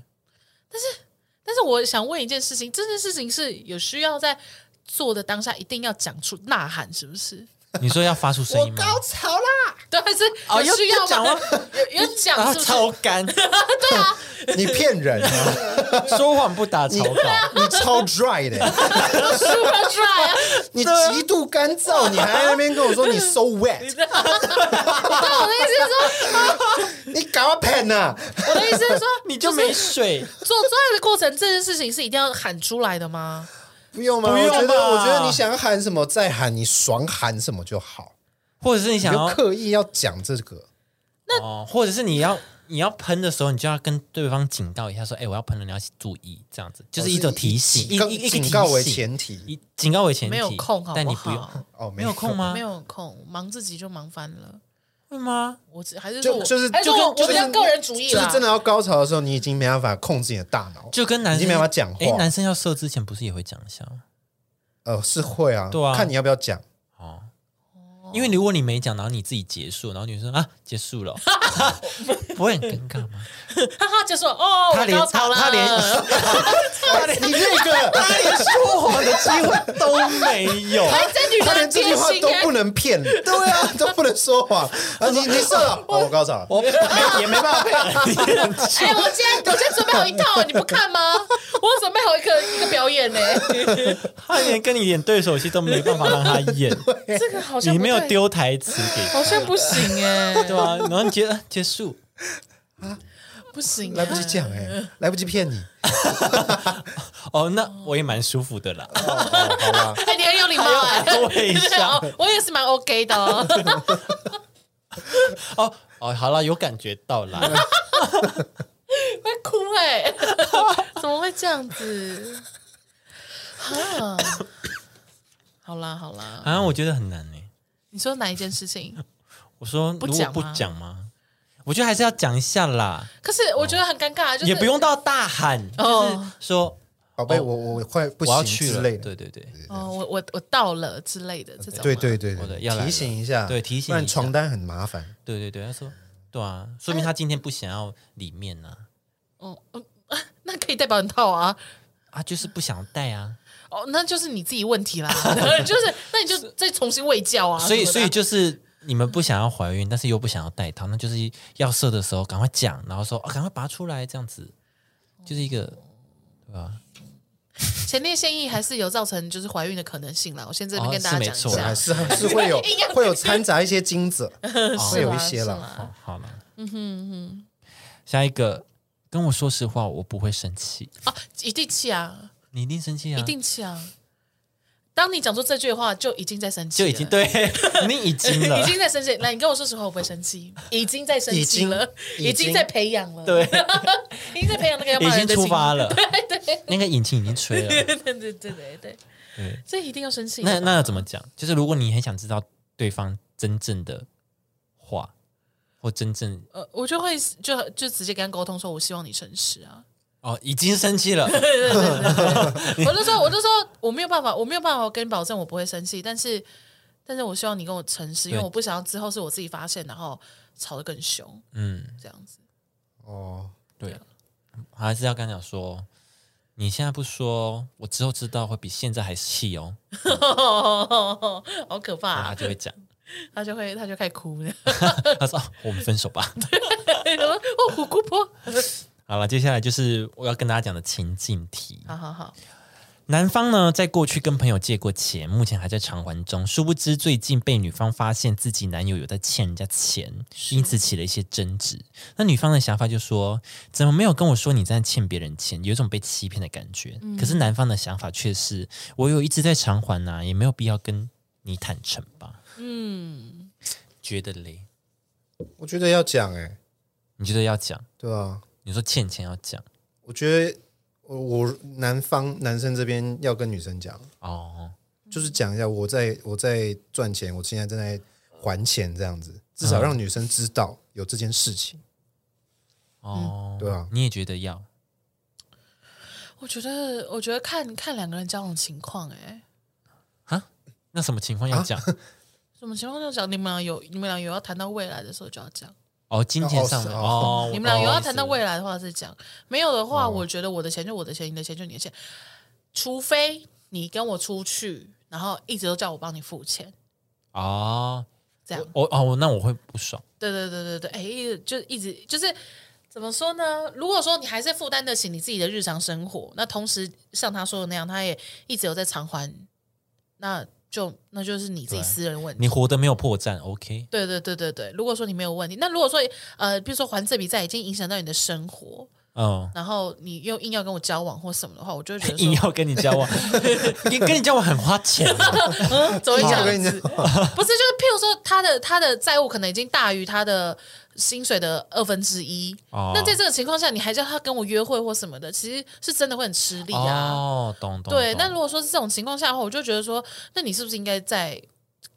Speaker 2: 但是我想问一件事情，这件事情是有需要在做的当下一定要讲出呐喊，是不是？
Speaker 1: 你说要发出声音吗？
Speaker 3: 潮啦！
Speaker 2: 对，还是
Speaker 1: 哦
Speaker 2: 有需要
Speaker 1: 要讲
Speaker 2: 吗
Speaker 1: 吗？
Speaker 2: 有有讲
Speaker 1: 啊，
Speaker 2: 是不是？
Speaker 1: 超干，
Speaker 3: 你骗 人啊！
Speaker 1: 说谎不打
Speaker 3: 你
Speaker 1: 草稿，
Speaker 3: 你超 dry 的，
Speaker 2: 啊说不出 来啊！
Speaker 3: 你极度干燥，你还在那边跟我说
Speaker 2: 啊
Speaker 3: 你 so wet，
Speaker 2: 但我的意思是
Speaker 3: 你搞啊我喷呐！
Speaker 2: 说，我的意思是 说，
Speaker 1: 你就没水，
Speaker 2: 做做爱的过程这件事情是一定要喊出来的 吗？
Speaker 3: 不用吗？
Speaker 1: 不用
Speaker 3: 我觉得，
Speaker 1: 吧
Speaker 3: 我觉得你想喊什么再喊，你爽喊什么就好，
Speaker 1: 或者是你
Speaker 3: 你
Speaker 1: 想
Speaker 3: 就
Speaker 1: 要
Speaker 3: 刻意要讲这个。
Speaker 1: 哦，或者是你要你要喷的时候，你就要跟对方警告一下，说：“哎、我要喷了，你要注意。”这样子哦就是一种提醒，一
Speaker 3: 警告
Speaker 1: 一一个
Speaker 3: 哦警告
Speaker 1: 提
Speaker 3: 为
Speaker 1: 醒
Speaker 3: 前提。
Speaker 1: 以警告为前提，
Speaker 2: 没有空，好
Speaker 1: 但你不
Speaker 2: 好？
Speaker 1: 用
Speaker 3: 哦，
Speaker 1: 没有空吗？
Speaker 2: 没有空，忙自己就忙翻了。
Speaker 1: 会吗？
Speaker 2: 我只还是说
Speaker 3: 就
Speaker 2: 我
Speaker 3: 就是
Speaker 2: 还是
Speaker 3: 就
Speaker 2: 说我
Speaker 3: 跟
Speaker 2: 我比较
Speaker 3: 就是
Speaker 2: 个人主义
Speaker 3: 就
Speaker 2: 啦，
Speaker 3: 是真的要高潮的时候，你已经没办法控制你的大脑。
Speaker 1: 就跟男生
Speaker 3: 已经没办法讲话
Speaker 1: 哎、男生要射之前不是也会讲一下吗？
Speaker 3: 呃，是会啊，
Speaker 1: 对啊
Speaker 3: 看你要不要讲。
Speaker 1: 哦。因为如果你没讲，然后你自己结束，然后女生啊结束 了，不会很尴尬 吗？
Speaker 2: 哈哈，就说哦，
Speaker 1: 他
Speaker 2: 我
Speaker 1: 连
Speaker 2: 高潮了，哎
Speaker 1: 他他 连
Speaker 3: 你这个，
Speaker 1: 他连说谎的机会都没有，
Speaker 2: 哎这女
Speaker 3: 他
Speaker 2: 的
Speaker 3: 连
Speaker 2: 很
Speaker 3: 这句
Speaker 2: 贴
Speaker 3: 话
Speaker 2: 心欸哎
Speaker 3: 都
Speaker 2: 耶
Speaker 3: 不 能骗，对啊，都不能说谎。啊，你你射了，哦我高潮了，
Speaker 1: 我没也没办法配合你。
Speaker 2: 哎、我今天我今天准备好一套，你不看吗？我准备好一个一个表演 呢、
Speaker 1: 他连跟你演对手戏都没办法让他演，
Speaker 2: 这个好像
Speaker 1: 你
Speaker 2: 不
Speaker 1: 没有
Speaker 2: 对，
Speaker 1: 丢台词给他
Speaker 2: 好像不行哎、
Speaker 1: 对啊，然后你结啊结束，
Speaker 2: 不行、
Speaker 3: 来不及讲哎、 来不及骗你。
Speaker 1: 哦，那我也蛮舒服的啦。
Speaker 3: 哦哦好吧，
Speaker 2: 哎、你很有礼貌哎、
Speaker 1: 还有安 慰一下
Speaker 2: 对啊我也是蛮 OK 的、 哦。
Speaker 1: 哦哦，好了，有感觉到 啦。
Speaker 2: 会哭哎、 怎么会这样子？啊，好啦好啦，
Speaker 1: 啊，我觉得很难呢、
Speaker 2: 你说哪一件事情？
Speaker 1: 我说
Speaker 2: 不
Speaker 1: 如果
Speaker 2: 讲
Speaker 1: 不
Speaker 2: 吗
Speaker 1: 讲吗？我觉得还是要讲一下啦，
Speaker 2: 可是我觉得很尴尬，啊就是
Speaker 1: 也不用到大喊，就
Speaker 2: 哦
Speaker 1: 是说
Speaker 3: 宝贝，我我快不
Speaker 1: 哦我要
Speaker 3: 行
Speaker 1: 去
Speaker 3: 之
Speaker 1: 了。
Speaker 3: 类
Speaker 1: 对
Speaker 3: 的。
Speaker 1: 对对，
Speaker 2: 哦，我我我到了之类的这种吗，啊
Speaker 3: 对对对
Speaker 1: 我的
Speaker 3: 对，
Speaker 1: 要来了
Speaker 3: 提醒一下，
Speaker 1: 对提醒一下
Speaker 3: 不然床单很麻烦。
Speaker 1: 对对对，他说对啊，说明他今天不想要里面啊呢、
Speaker 2: 哦，嗯那可以戴保险套啊。
Speaker 1: 啊，就是不想带啊，
Speaker 2: 哦，那就是你自己问题啦， 就是那你就再重新喂教啊。
Speaker 1: 所以
Speaker 2: 什么
Speaker 1: 所
Speaker 2: 的
Speaker 1: 以就是。你们不想要怀孕，但是又不想要带套，那就是要射的时候赶快讲，然后说、啊赶快拔出来，这样子就是一个对吧、
Speaker 2: 前列腺液还是有造成就是怀孕的可能性啦。我先这边
Speaker 1: 哦
Speaker 2: 跟大家
Speaker 1: 是
Speaker 2: 讲
Speaker 1: 没
Speaker 2: 一
Speaker 1: 错
Speaker 2: 下
Speaker 1: 啦
Speaker 3: 还，是还是 会有
Speaker 2: 硬要
Speaker 3: 会有掺杂一些 精子，
Speaker 2: 啊
Speaker 3: 会有一些
Speaker 2: 了
Speaker 3: 了。。
Speaker 1: 哦，好了，嗯哼哼，下一个，跟我说实话，我不会生气，
Speaker 2: 啊，一定气啊，
Speaker 1: 你一定生气啊，
Speaker 2: 一定气啊。当你讲出这句话，就已经在生气
Speaker 1: 就
Speaker 2: 了，
Speaker 1: 已经对 你已经了
Speaker 2: 已，经在生气。来，你跟我说实话，我不会生气，已经在生
Speaker 3: 已
Speaker 2: 气
Speaker 3: 经
Speaker 2: 了，
Speaker 3: 已
Speaker 2: 已经
Speaker 3: 经
Speaker 2: 在培养了，
Speaker 1: 对，
Speaker 2: 已经在培养那个要
Speaker 1: 已
Speaker 2: 骂
Speaker 1: 经
Speaker 2: 人的
Speaker 1: 出
Speaker 2: 情 绪。
Speaker 1: 发了，那个引擎已经吹了，
Speaker 2: 对对对对对，这一定要生气的吧。
Speaker 1: 那那要怎么讲？就是如果你很想知道对方真正的话，或真正
Speaker 2: 呃，我就会就就直接跟他沟通说，我希望你诚实啊。
Speaker 1: 哦，已经生气 了，
Speaker 2: 对对对 对，我就说，我就说，我没有办法，我没有办法，我跟你保证我不会生气，但是，但是我希望你跟我诚实，因为
Speaker 1: 对
Speaker 2: 我不想要之后是我自己发现，然后吵得更凶
Speaker 1: 嗯，
Speaker 2: 这样子。
Speaker 3: 哦，
Speaker 1: 对，还是要跟他讲说，你现在不说，我之后知道会比现在还气哦，
Speaker 2: 好可怕、
Speaker 1: 然后他
Speaker 2: 啊！
Speaker 1: 就会讲，
Speaker 2: 他就会，他就开始哭了。
Speaker 1: 他说、哦、我们分手吧。
Speaker 2: 哦，虎姑婆，
Speaker 1: 好了，接下来就是我要跟大家讲的情境题。
Speaker 2: 好好好，
Speaker 1: 男方呢，在过去跟朋友借过钱，目前还在偿还中。殊不知，最近被女方发现自己男友有在欠人家钱，因此起了一些争执。那女方的想法就说：“怎么没有跟我说你在欠别人钱？”有一种被欺骗的感觉。可是男方的想法却是：“我有一直在偿还呐、也没有必要跟你坦诚吧。”嗯，觉得嘞？
Speaker 3: 我觉得要讲哎、
Speaker 1: 你觉得要讲？
Speaker 3: 对啊，
Speaker 1: 你说欠钱要讲
Speaker 3: 我觉得我我男方男生这边要跟女生讲，
Speaker 1: 哦，
Speaker 3: 就是讲一下我在我在赚钱，我现在正在还钱这样子，至
Speaker 1: 嗯
Speaker 3: 少让女生知道有这件事情，
Speaker 1: 哦，
Speaker 3: 对啊，
Speaker 1: 你也觉得要？
Speaker 2: 我觉得，我觉得看看两个人交往情况、欸，哎，
Speaker 1: 那什么情
Speaker 3: 啊
Speaker 1: 况要讲？
Speaker 2: 什么情况就讲，你们俩有，你们俩有要谈到未来的时候就要讲。
Speaker 1: 哦，金钱上
Speaker 3: 哦
Speaker 1: 面
Speaker 3: 是
Speaker 1: 哦，我
Speaker 2: 你们俩有要
Speaker 1: 懂
Speaker 2: 谈到未来的话是讲，没有的话，我觉得我的钱就我的钱，你的钱就你的钱，除非你跟我出去，然后一直都叫我帮你付钱，
Speaker 1: 哦，
Speaker 2: 这样。
Speaker 1: 我哦，那我会不爽。
Speaker 2: 对对对对对，哎，一直就一直就是怎么说呢？如果说你还是负担得起你自己的日常生活，那同时像他说的那样，他也一直有在偿还，那就那就是你自己
Speaker 1: 对
Speaker 2: 私人问题
Speaker 1: 你。活得没有破绽，OK？
Speaker 2: 对对对对对，如果说你没有问题，那如果说呃，比如说还这笔债已经影响到你的生活，
Speaker 1: 嗯，
Speaker 2: 然后你又硬要跟我交往或什么的话，我就会觉得
Speaker 1: 硬
Speaker 2: 说，
Speaker 1: 要跟你 交往，跟跟你交往很花钱啊。
Speaker 2: 嗯，怎么会这
Speaker 3: 我
Speaker 2: 样
Speaker 3: 跟你
Speaker 2: 子？
Speaker 3: 讲，
Speaker 2: 不是，就是譬如说，他的他的债务可能已经大于他的薪水的二分之一。
Speaker 1: 哦
Speaker 2: 那在这个情况下，你还叫他跟我约会或什么的，其实是真的会很吃力啊。
Speaker 1: 哦，懂懂。
Speaker 2: 对，
Speaker 1: 懂
Speaker 2: 那如果说是这种情况下的话，我就觉得说，那你是不是应该在，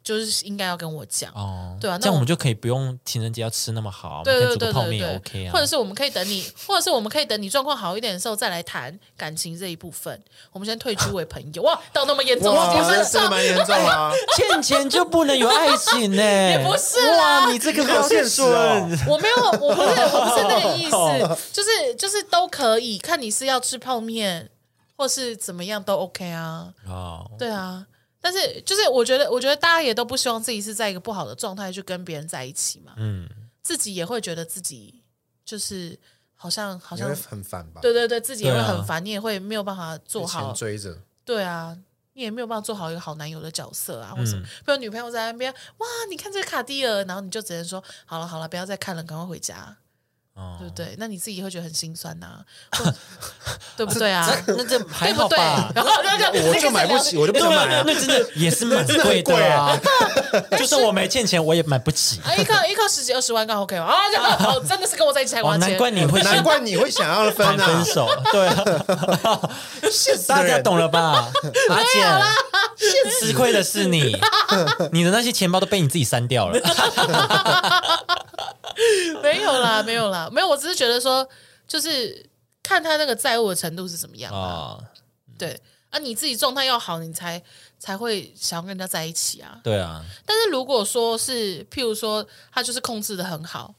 Speaker 2: 就是应该要跟我讲？
Speaker 1: 哦，
Speaker 2: 对啊那
Speaker 1: 这样
Speaker 2: 我
Speaker 1: 我们就可以不用情人节要吃那么好，我们
Speaker 2: 对
Speaker 1: 可以
Speaker 2: 对
Speaker 1: 煮个
Speaker 2: 对
Speaker 1: 泡
Speaker 2: 对
Speaker 1: 面也
Speaker 2: 对
Speaker 1: OK 啊。
Speaker 2: 或者是我们可以等你，或者是我们可以等你状况好一点的时候再来谈感情这一部分。我们先退居为朋友，哇，到那么严重，
Speaker 3: 哇，
Speaker 2: 不
Speaker 3: 这
Speaker 2: 是
Speaker 3: 真的蛮严重啊，
Speaker 1: 欠钱就不能有爱情 呢？也
Speaker 2: 不是啊啦
Speaker 1: 哇，你这个
Speaker 3: 你
Speaker 2: 哎
Speaker 3: 好
Speaker 1: 标
Speaker 3: 现
Speaker 1: 准
Speaker 3: 实哦
Speaker 2: 我没有，我不是，我不是那 个意思，就是就是都可以，看你是要吃泡面或是怎么样都 OK 啊，
Speaker 1: 哦，
Speaker 2: 对啊。但是就是我觉得，我觉得大家也都不希望自己是在一个不好的状态去跟别人在一起嘛，
Speaker 1: 嗯，
Speaker 2: 自己也会觉得自己就是好像好
Speaker 3: 你会
Speaker 2: 像
Speaker 3: 很烦吧？
Speaker 2: 对对对，自己也会
Speaker 1: 对啊
Speaker 2: 很烦，你也会没有办法做好
Speaker 3: 钱追着，
Speaker 2: 对啊，你也没有办法做好一个好男友的角色啊，或什
Speaker 1: 嗯
Speaker 2: 么。比如女朋友在那边，哇，你看这个卡地尔，然后你就只能说，好了好了，不要再看了，赶快回家，
Speaker 1: 哦
Speaker 2: 对不对？那你自己会觉得很心酸 呐、或对不对啊？
Speaker 1: 那这还
Speaker 2: 对不
Speaker 1: 好
Speaker 2: 对？
Speaker 1: 吧？
Speaker 2: 然后就就
Speaker 3: 我就买不起，我就不
Speaker 1: 对
Speaker 3: 想
Speaker 1: 啊
Speaker 3: 买啊。
Speaker 1: 那真的也是蛮贵的啊。就算我没欠钱，我也买不起。
Speaker 2: 啊，一颗一颗十几二十万，刚好 OK 吗？啊，就哦，真的是跟我在一起才
Speaker 1: 哦，
Speaker 2: 花
Speaker 1: 难
Speaker 2: 钱，
Speaker 1: 怪你会
Speaker 3: 难怪你会想要分
Speaker 1: 谈分
Speaker 3: 啊！
Speaker 1: 手，对啊，
Speaker 3: 现实
Speaker 1: 大
Speaker 3: 的
Speaker 1: 家
Speaker 3: 人，
Speaker 1: 懂了吧？阿姐，吃亏的是你，你的那些钱包都被你自己删掉了。
Speaker 2: 没有啦，没有啦，没有，我只是觉得说，就是看他那个债务的程度是怎么样啊。
Speaker 1: 哦，
Speaker 2: 对啊，你自己状态要好，你才才会想要跟人家在一起啊。
Speaker 1: 对啊，
Speaker 2: 但是如果说是，譬如说他就是控制的很好，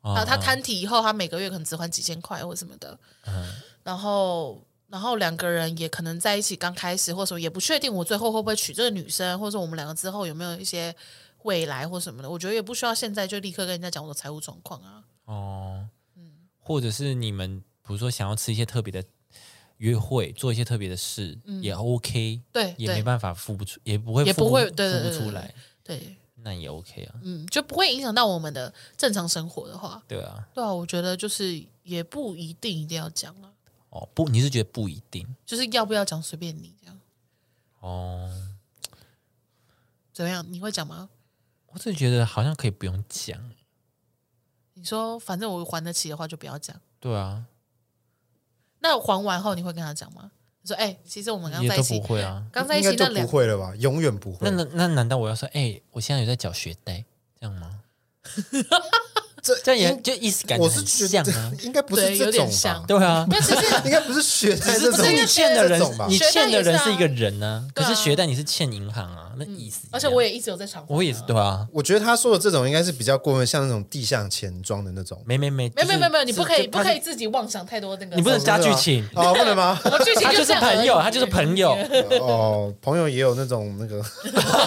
Speaker 1: 哦
Speaker 2: 啊，他摊体以后，他每个月可能只还几千块或什么的，
Speaker 1: 嗯
Speaker 2: 然后然后两个人也可能在一起刚开始或什么，也不确定我最后会不会娶这个女生，或者说我们两个之后有没有一些未来或什么的，我觉得也不需要现在就立刻跟人家讲我的财务状况啊。
Speaker 1: 哦，或者是你们比如说想要吃一些特别的约会，做一些特别的事，也 OK，
Speaker 2: 对
Speaker 1: 也没
Speaker 2: 对
Speaker 1: 办法付不出，也不会
Speaker 2: 也
Speaker 1: 付
Speaker 2: 不会
Speaker 1: 付
Speaker 2: 对对
Speaker 1: 不
Speaker 2: 对
Speaker 1: 出
Speaker 2: 对
Speaker 1: 来，
Speaker 2: 对，
Speaker 1: 那也 OK 啊，
Speaker 2: 嗯，就不会影响到我们的正常生活的话，
Speaker 1: 对啊。
Speaker 2: 对啊，我觉得就是也不一定一定要讲了，
Speaker 1: 哦，不，你是觉得不一定
Speaker 2: 就是要不要讲随便你这样，
Speaker 1: 哦？
Speaker 2: 怎么样？你会讲吗？
Speaker 1: 我真的觉得好像可以不用讲，
Speaker 2: 你说反正我还得起的话就不要讲。
Speaker 1: 对啊，
Speaker 2: 那还完后你会跟他讲吗？你说哎、其实我们刚
Speaker 1: 也
Speaker 2: 在一
Speaker 1: 都
Speaker 2: 起
Speaker 1: 不，会啊。
Speaker 2: 刚在一
Speaker 3: 应
Speaker 2: 起
Speaker 3: 该
Speaker 2: 那
Speaker 3: 都
Speaker 2: 两
Speaker 3: 不会了吧？永远不会
Speaker 1: 那。那那难道我要说，哎、我现在有在缴学贷，这样吗？
Speaker 3: 这
Speaker 1: 这样也就意思感觉
Speaker 3: 我是
Speaker 1: 很
Speaker 3: 觉
Speaker 1: 像啊
Speaker 3: 得，应该不是
Speaker 2: 对有
Speaker 3: 这种
Speaker 2: 点
Speaker 3: 吧
Speaker 2: 像？
Speaker 1: 对啊。
Speaker 2: 没有，其实
Speaker 3: 应该不是学
Speaker 1: 只
Speaker 3: 贷
Speaker 1: 是
Speaker 3: 这
Speaker 1: 不
Speaker 3: 种
Speaker 1: 是你欠的
Speaker 3: 这种吧
Speaker 1: 人，你欠的人是一个人呢、
Speaker 2: 学贷也是啊
Speaker 1: 可是
Speaker 2: 对啊
Speaker 1: 学贷你是欠银行啊，那意思一样。
Speaker 2: 而且我也一直有在偿还，
Speaker 1: 我也是对啊，
Speaker 3: 我觉得他说的这种应该是比较过分，像那种地下钱庄的那种。
Speaker 1: 没没没，
Speaker 2: 没
Speaker 1: 就
Speaker 2: 有
Speaker 1: 是
Speaker 2: 没有没有没有，你不可以
Speaker 1: 就
Speaker 2: 不可以，自己妄想太多那个，
Speaker 1: 你不能
Speaker 2: 哦
Speaker 1: 加剧情
Speaker 3: 哦，不能吗？
Speaker 2: 我剧情
Speaker 1: 他就
Speaker 2: 这
Speaker 1: 是
Speaker 2: 样而已
Speaker 1: 朋友，他就是朋 友，
Speaker 3: 哦，朋友也有那种那个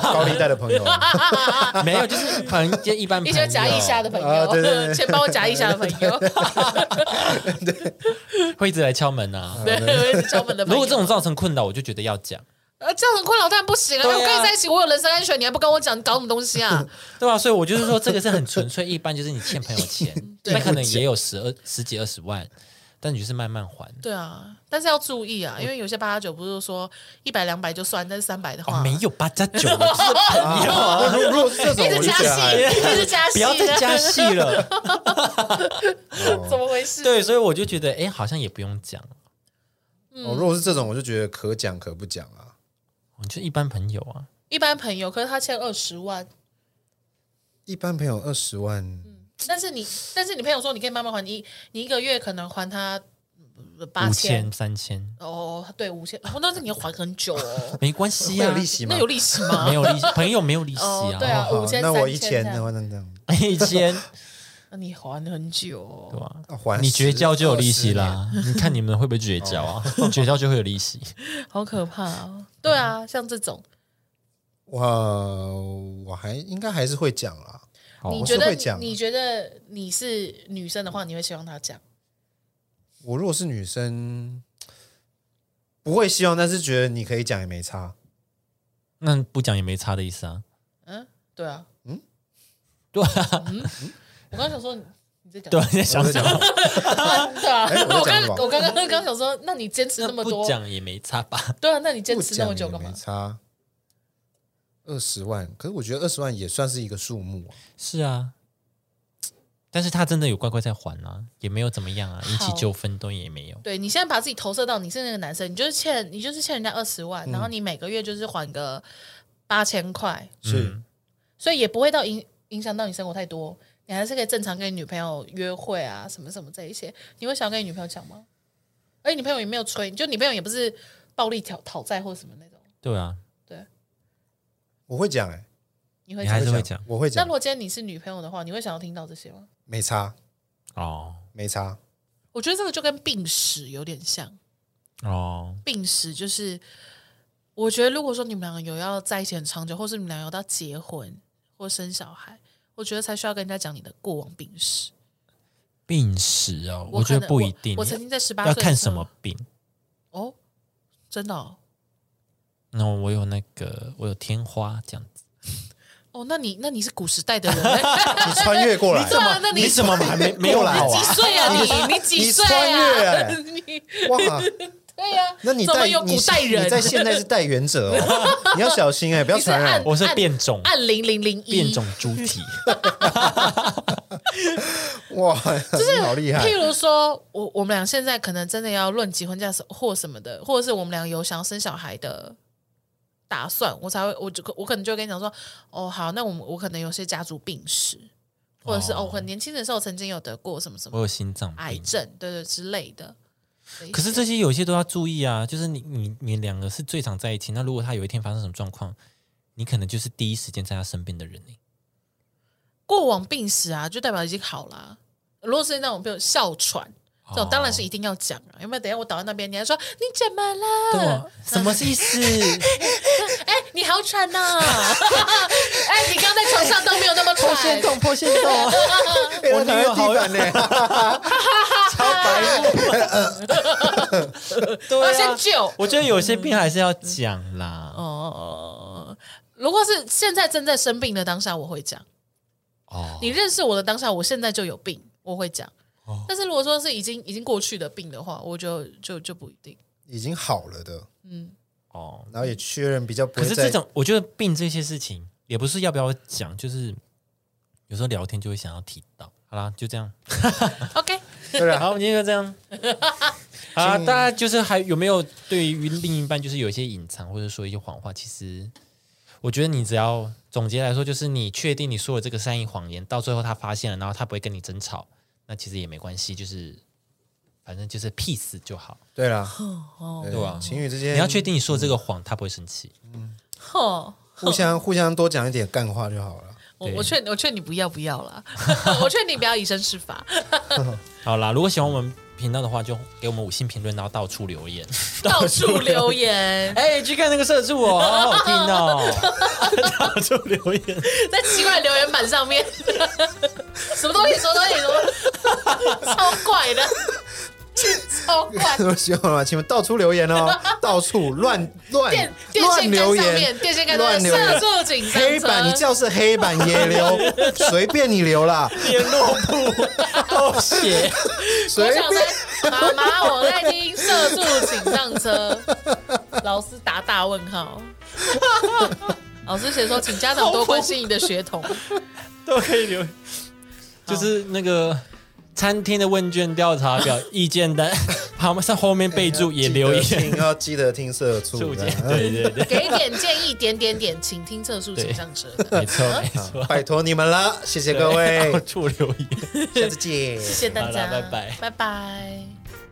Speaker 3: 高利贷的朋友，啊
Speaker 1: 没有就是朋就一般
Speaker 2: 一
Speaker 1: 朋
Speaker 2: 些夹一下
Speaker 1: 友
Speaker 2: 的朋
Speaker 3: 啊对 对
Speaker 2: 友，
Speaker 3: 对
Speaker 2: 钱包夹一下的朋 友，
Speaker 1: 会一直来敲门啊。
Speaker 2: 对，我一直敲门的朋
Speaker 1: 如
Speaker 2: 友。
Speaker 1: 果这种造成困扰，我就觉得要讲，
Speaker 2: 呃，这样很困扰，当然不行啊！
Speaker 1: 对啊
Speaker 2: 我跟你在一起，我有人身安全，你还不跟我讲，你搞什么东西啊？
Speaker 1: 对吧？所以我就是说，这个是很纯粹，一般就是你欠朋友钱，
Speaker 2: 对
Speaker 1: 那可能也有十二十几二十万，但你就是慢慢还。哦
Speaker 2: 对啊，但是要注意啊，因为有些八加九不是说一百两百就算，但是三百的话，
Speaker 1: 哦，没有八加九，我 就是朋友啊，
Speaker 3: 啊如果是这种，
Speaker 2: 一
Speaker 3: 我
Speaker 2: 直
Speaker 3: 就
Speaker 2: 加
Speaker 3: 觉得还
Speaker 2: 戏，一直加戏，
Speaker 1: 不要再加
Speaker 2: 啊
Speaker 1: 戏了。
Speaker 2: 怎么回事？
Speaker 1: 对，所以我就觉得，哎，好像也不用讲，嗯
Speaker 3: 哦，如果是这种，我就觉得可讲可不讲啊。
Speaker 1: 你就一般朋友啊。
Speaker 2: 一般朋友，可是他欠二十万，
Speaker 3: 一般朋友二十万，
Speaker 2: 但是你，但是你朋友说你可以慢慢还，你你一个月可能还他呃八
Speaker 1: 五
Speaker 2: 千
Speaker 1: 千、三千，，
Speaker 2: 哦，对，五千，哦，那是你要还很久哦
Speaker 1: 没关系
Speaker 3: 会有
Speaker 1: 啊，
Speaker 3: 利息吗
Speaker 2: 那？有利息吗？
Speaker 1: 没有利息，朋友没有利息
Speaker 2: 哦
Speaker 1: 啊，哦
Speaker 2: 对啊
Speaker 3: 好
Speaker 2: 五千
Speaker 3: 那我
Speaker 2: 三
Speaker 3: 一
Speaker 2: 千
Speaker 3: 千
Speaker 2: 这样
Speaker 3: 的话，那这样
Speaker 1: 一 千，
Speaker 2: 那你还很久、哦
Speaker 1: 对。吧？
Speaker 3: 啊还
Speaker 1: 你绝交就有利息
Speaker 3: 10。
Speaker 1: 啦，你看你们会不会绝交啊？绝交就会有利息，
Speaker 2: 好可怕哦！对啊，像这种，
Speaker 3: 我我还应该还是会讲啦。
Speaker 1: 好
Speaker 2: 你
Speaker 3: 哦我
Speaker 2: 觉
Speaker 3: 是
Speaker 2: 得
Speaker 3: 会讲啊
Speaker 2: 你觉得你是女生的话，你会希望她讲？
Speaker 3: 我如果是女生，不会希望，但是觉得你可以讲也没差。
Speaker 1: 那不讲也没差的意思啊。
Speaker 2: 嗯，对啊， 嗯
Speaker 1: 对啊，
Speaker 2: 我刚想说你你在讲
Speaker 1: 对啊，你在想什么？
Speaker 2: 对啊，
Speaker 3: 哎我在
Speaker 2: 我
Speaker 3: 讲
Speaker 2: 刚
Speaker 3: 什么
Speaker 2: 我刚刚刚想说，那你坚持那么
Speaker 1: 那
Speaker 2: 多
Speaker 1: 不，讲也没差吧？
Speaker 2: 对啊，那你坚
Speaker 3: 不
Speaker 2: 持那
Speaker 3: 讲
Speaker 2: 么久
Speaker 3: 也
Speaker 2: 干嘛
Speaker 3: 没？差。二十万，可是我觉得二十万也算是一个数目啊。
Speaker 1: 是啊，但是他真的有乖乖在还啊，也没有怎么样啊，引起
Speaker 2: 好
Speaker 1: 纠纷都也没有。
Speaker 2: 对你现在把自己投射到你是那个男生，你就是欠你就是欠人家二十
Speaker 1: 嗯
Speaker 2: 万，然后你每个月就是还个八千块，
Speaker 3: 是
Speaker 1: 嗯
Speaker 2: 所以也不会到影影响到你生活太多，你还是可以正常跟你女朋友约会啊，什么什么这一些，你会想要跟你女朋友讲吗？而且你朋友也没有催，就你朋友也不是暴力讨讨债或什么那种，
Speaker 1: 对啊，
Speaker 2: 对，
Speaker 3: 我会讲哎、
Speaker 2: 你会
Speaker 1: 你
Speaker 2: 想
Speaker 1: 还是会讲
Speaker 3: 我会
Speaker 2: 那
Speaker 3: 讲
Speaker 2: 如，果今天你是女朋友的话，你会想要听到这些吗？
Speaker 3: 没差，
Speaker 1: 哦
Speaker 3: 没差。
Speaker 2: 我觉得这个就跟病史有点像，
Speaker 1: 哦，
Speaker 2: 病史就是，我觉得如果说你们两个有要在一起很长久，或是你们两个有到结婚或生小孩，我觉得才需要跟人家讲你的过往病史。
Speaker 1: 病史哦，我
Speaker 2: 可
Speaker 1: 觉
Speaker 2: 能
Speaker 1: 得不一定
Speaker 2: 我。我曾经在十八
Speaker 1: 要
Speaker 2: 岁的
Speaker 1: 看
Speaker 2: 时
Speaker 1: 什
Speaker 2: 候
Speaker 1: 么病。
Speaker 2: 哦，真的哦，
Speaker 1: 那我有那个，我有天花这样子。
Speaker 2: 哦那你那你是古时代的人欸，
Speaker 3: 你穿越过来，
Speaker 2: 对啊， 那你
Speaker 1: 你怎么还 没没有来
Speaker 3: 过来
Speaker 1: 啊
Speaker 2: 几
Speaker 3: 啊？
Speaker 2: 岁啊？你你几岁啊？
Speaker 3: 你 穿
Speaker 2: 你
Speaker 3: 哇？
Speaker 2: 对呀，
Speaker 3: 那你
Speaker 2: 怎么
Speaker 3: 带
Speaker 2: 有
Speaker 3: 你
Speaker 2: 古代
Speaker 3: 你在
Speaker 2: 人？
Speaker 3: 现 在是带原者 哦，你要小心哎、不要传染
Speaker 2: 你。
Speaker 1: 我是变种，
Speaker 2: 按零零零一，
Speaker 1: 变种猪 体。
Speaker 3: 哇，你好厉害！
Speaker 2: 譬如说，我我们俩现在可能真的要论及婚嫁或什么的，或者是我们俩有想要生小孩的打算，我才会，我就我可能就会跟你讲说，哦，好，那我们我可能有些家族病史，或者是哦
Speaker 1: 哦
Speaker 2: 我很年轻的时候曾经有得过什么什
Speaker 1: 我
Speaker 2: 么
Speaker 1: 有心脏
Speaker 2: 癌
Speaker 1: 病，
Speaker 2: 症，对对之类的。
Speaker 1: 可是这些有些都要注意啊。就是你你你两个是最常在一起，那如果他有一天发生什么状况，你可能就是第一时间在他身边的人、欸、
Speaker 2: 过往病史啊，就代表已经好啦、如果是那种比如哮喘。这
Speaker 1: 哦
Speaker 2: 种当然是一定要讲啊，因为等一下我倒在那边，你还说你怎么
Speaker 1: 对
Speaker 2: 了？
Speaker 1: 啊，什么意思？
Speaker 2: 哎、你好喘呐、 哎、你刚在床上都没有那么 喘。
Speaker 1: 动，破线动，
Speaker 2: 啊
Speaker 3: 哎
Speaker 1: 我
Speaker 3: 躺在
Speaker 1: 女友好
Speaker 3: 地板呢、
Speaker 2: 要
Speaker 1: 对
Speaker 2: 先
Speaker 1: 啊。嗯
Speaker 2: 救。
Speaker 1: 我觉得有些病还是要讲啦。
Speaker 2: 哦，如果是现在正在生病的当下，我会讲。
Speaker 1: 哦，
Speaker 2: 你认识我的当下，我现在就有病，我会讲。
Speaker 1: 哦
Speaker 2: 但是如果说是已经已经过去的病的话，我就就就不一定。
Speaker 3: 已经好了的，
Speaker 1: 哦，
Speaker 3: 然后也确认比较不
Speaker 1: 可
Speaker 3: 会
Speaker 1: 是
Speaker 3: 再
Speaker 1: 这种，我觉得病这些事情也不是要不要讲，就是有时候聊天就会想要提到。好啦，就这样。
Speaker 2: OK，
Speaker 3: 对了，啊
Speaker 1: 好，我们今天就这样。啊，大家就是还有没有对于另一半就是有一些隐藏或者说一些谎话？其实我觉得你只要总结来说，就是你确定你说的这个善意谎言，到最后他发现了，然后他不会跟你争吵，那其实也没关系，就是反正就是 peace 就好，
Speaker 3: 对啦，对
Speaker 1: 啊
Speaker 3: 情侣之间
Speaker 1: 你要确定你说的这个谎，他不会生气。
Speaker 2: 吼。
Speaker 3: 互
Speaker 1: 哦
Speaker 3: 相互相多讲一点干话就好了。
Speaker 2: 哦 我
Speaker 1: 对
Speaker 2: 我劝我劝你不要不要 啦，我劝你不要以身试法。
Speaker 1: 好啦，如果喜欢我们频道的话，就给我们五星评论，然后到处留 言。
Speaker 2: 到处留言，
Speaker 1: 哎、去看那个社畜哦，好好听哦， 到处留言。
Speaker 2: 在奇怪的留言板上面， 什么东西，什么东西，什么东西超怪 的，超怪。
Speaker 3: 我希望啊，请们到处留言 哦，到处乱乱
Speaker 2: 电电
Speaker 3: 乱
Speaker 2: 线杆
Speaker 3: 留
Speaker 2: 上面，
Speaker 3: 言，
Speaker 2: 电线杆
Speaker 3: 乱
Speaker 2: 上面，
Speaker 3: 留言
Speaker 2: 色素警上
Speaker 3: 黑板你叫是黑板 也留，随便你留啦，
Speaker 1: 联络部都写，
Speaker 2: 我
Speaker 3: 随
Speaker 2: 想
Speaker 3: 便
Speaker 2: 说，妈妈，我在听《色素请上车》，老师打大问号。老师写说，请家长多关心你的学童。
Speaker 1: 都可以留。就是那个餐厅的问卷调查表意见 单，旁边在后面备注也留
Speaker 3: 记得
Speaker 1: 言。
Speaker 3: 听要哦记得听社畜
Speaker 1: 注解，
Speaker 3: 的。
Speaker 1: 对对对，
Speaker 2: 给点建议，点点点，请听《色素请上车》。
Speaker 1: 没错没错。
Speaker 3: 拜托你们了，谢 谢各
Speaker 1: 到
Speaker 3: 位，
Speaker 1: 处留言。
Speaker 3: 下次见。
Speaker 2: 谢谢大
Speaker 1: 好
Speaker 2: 家，
Speaker 1: 啦拜拜
Speaker 2: 拜拜。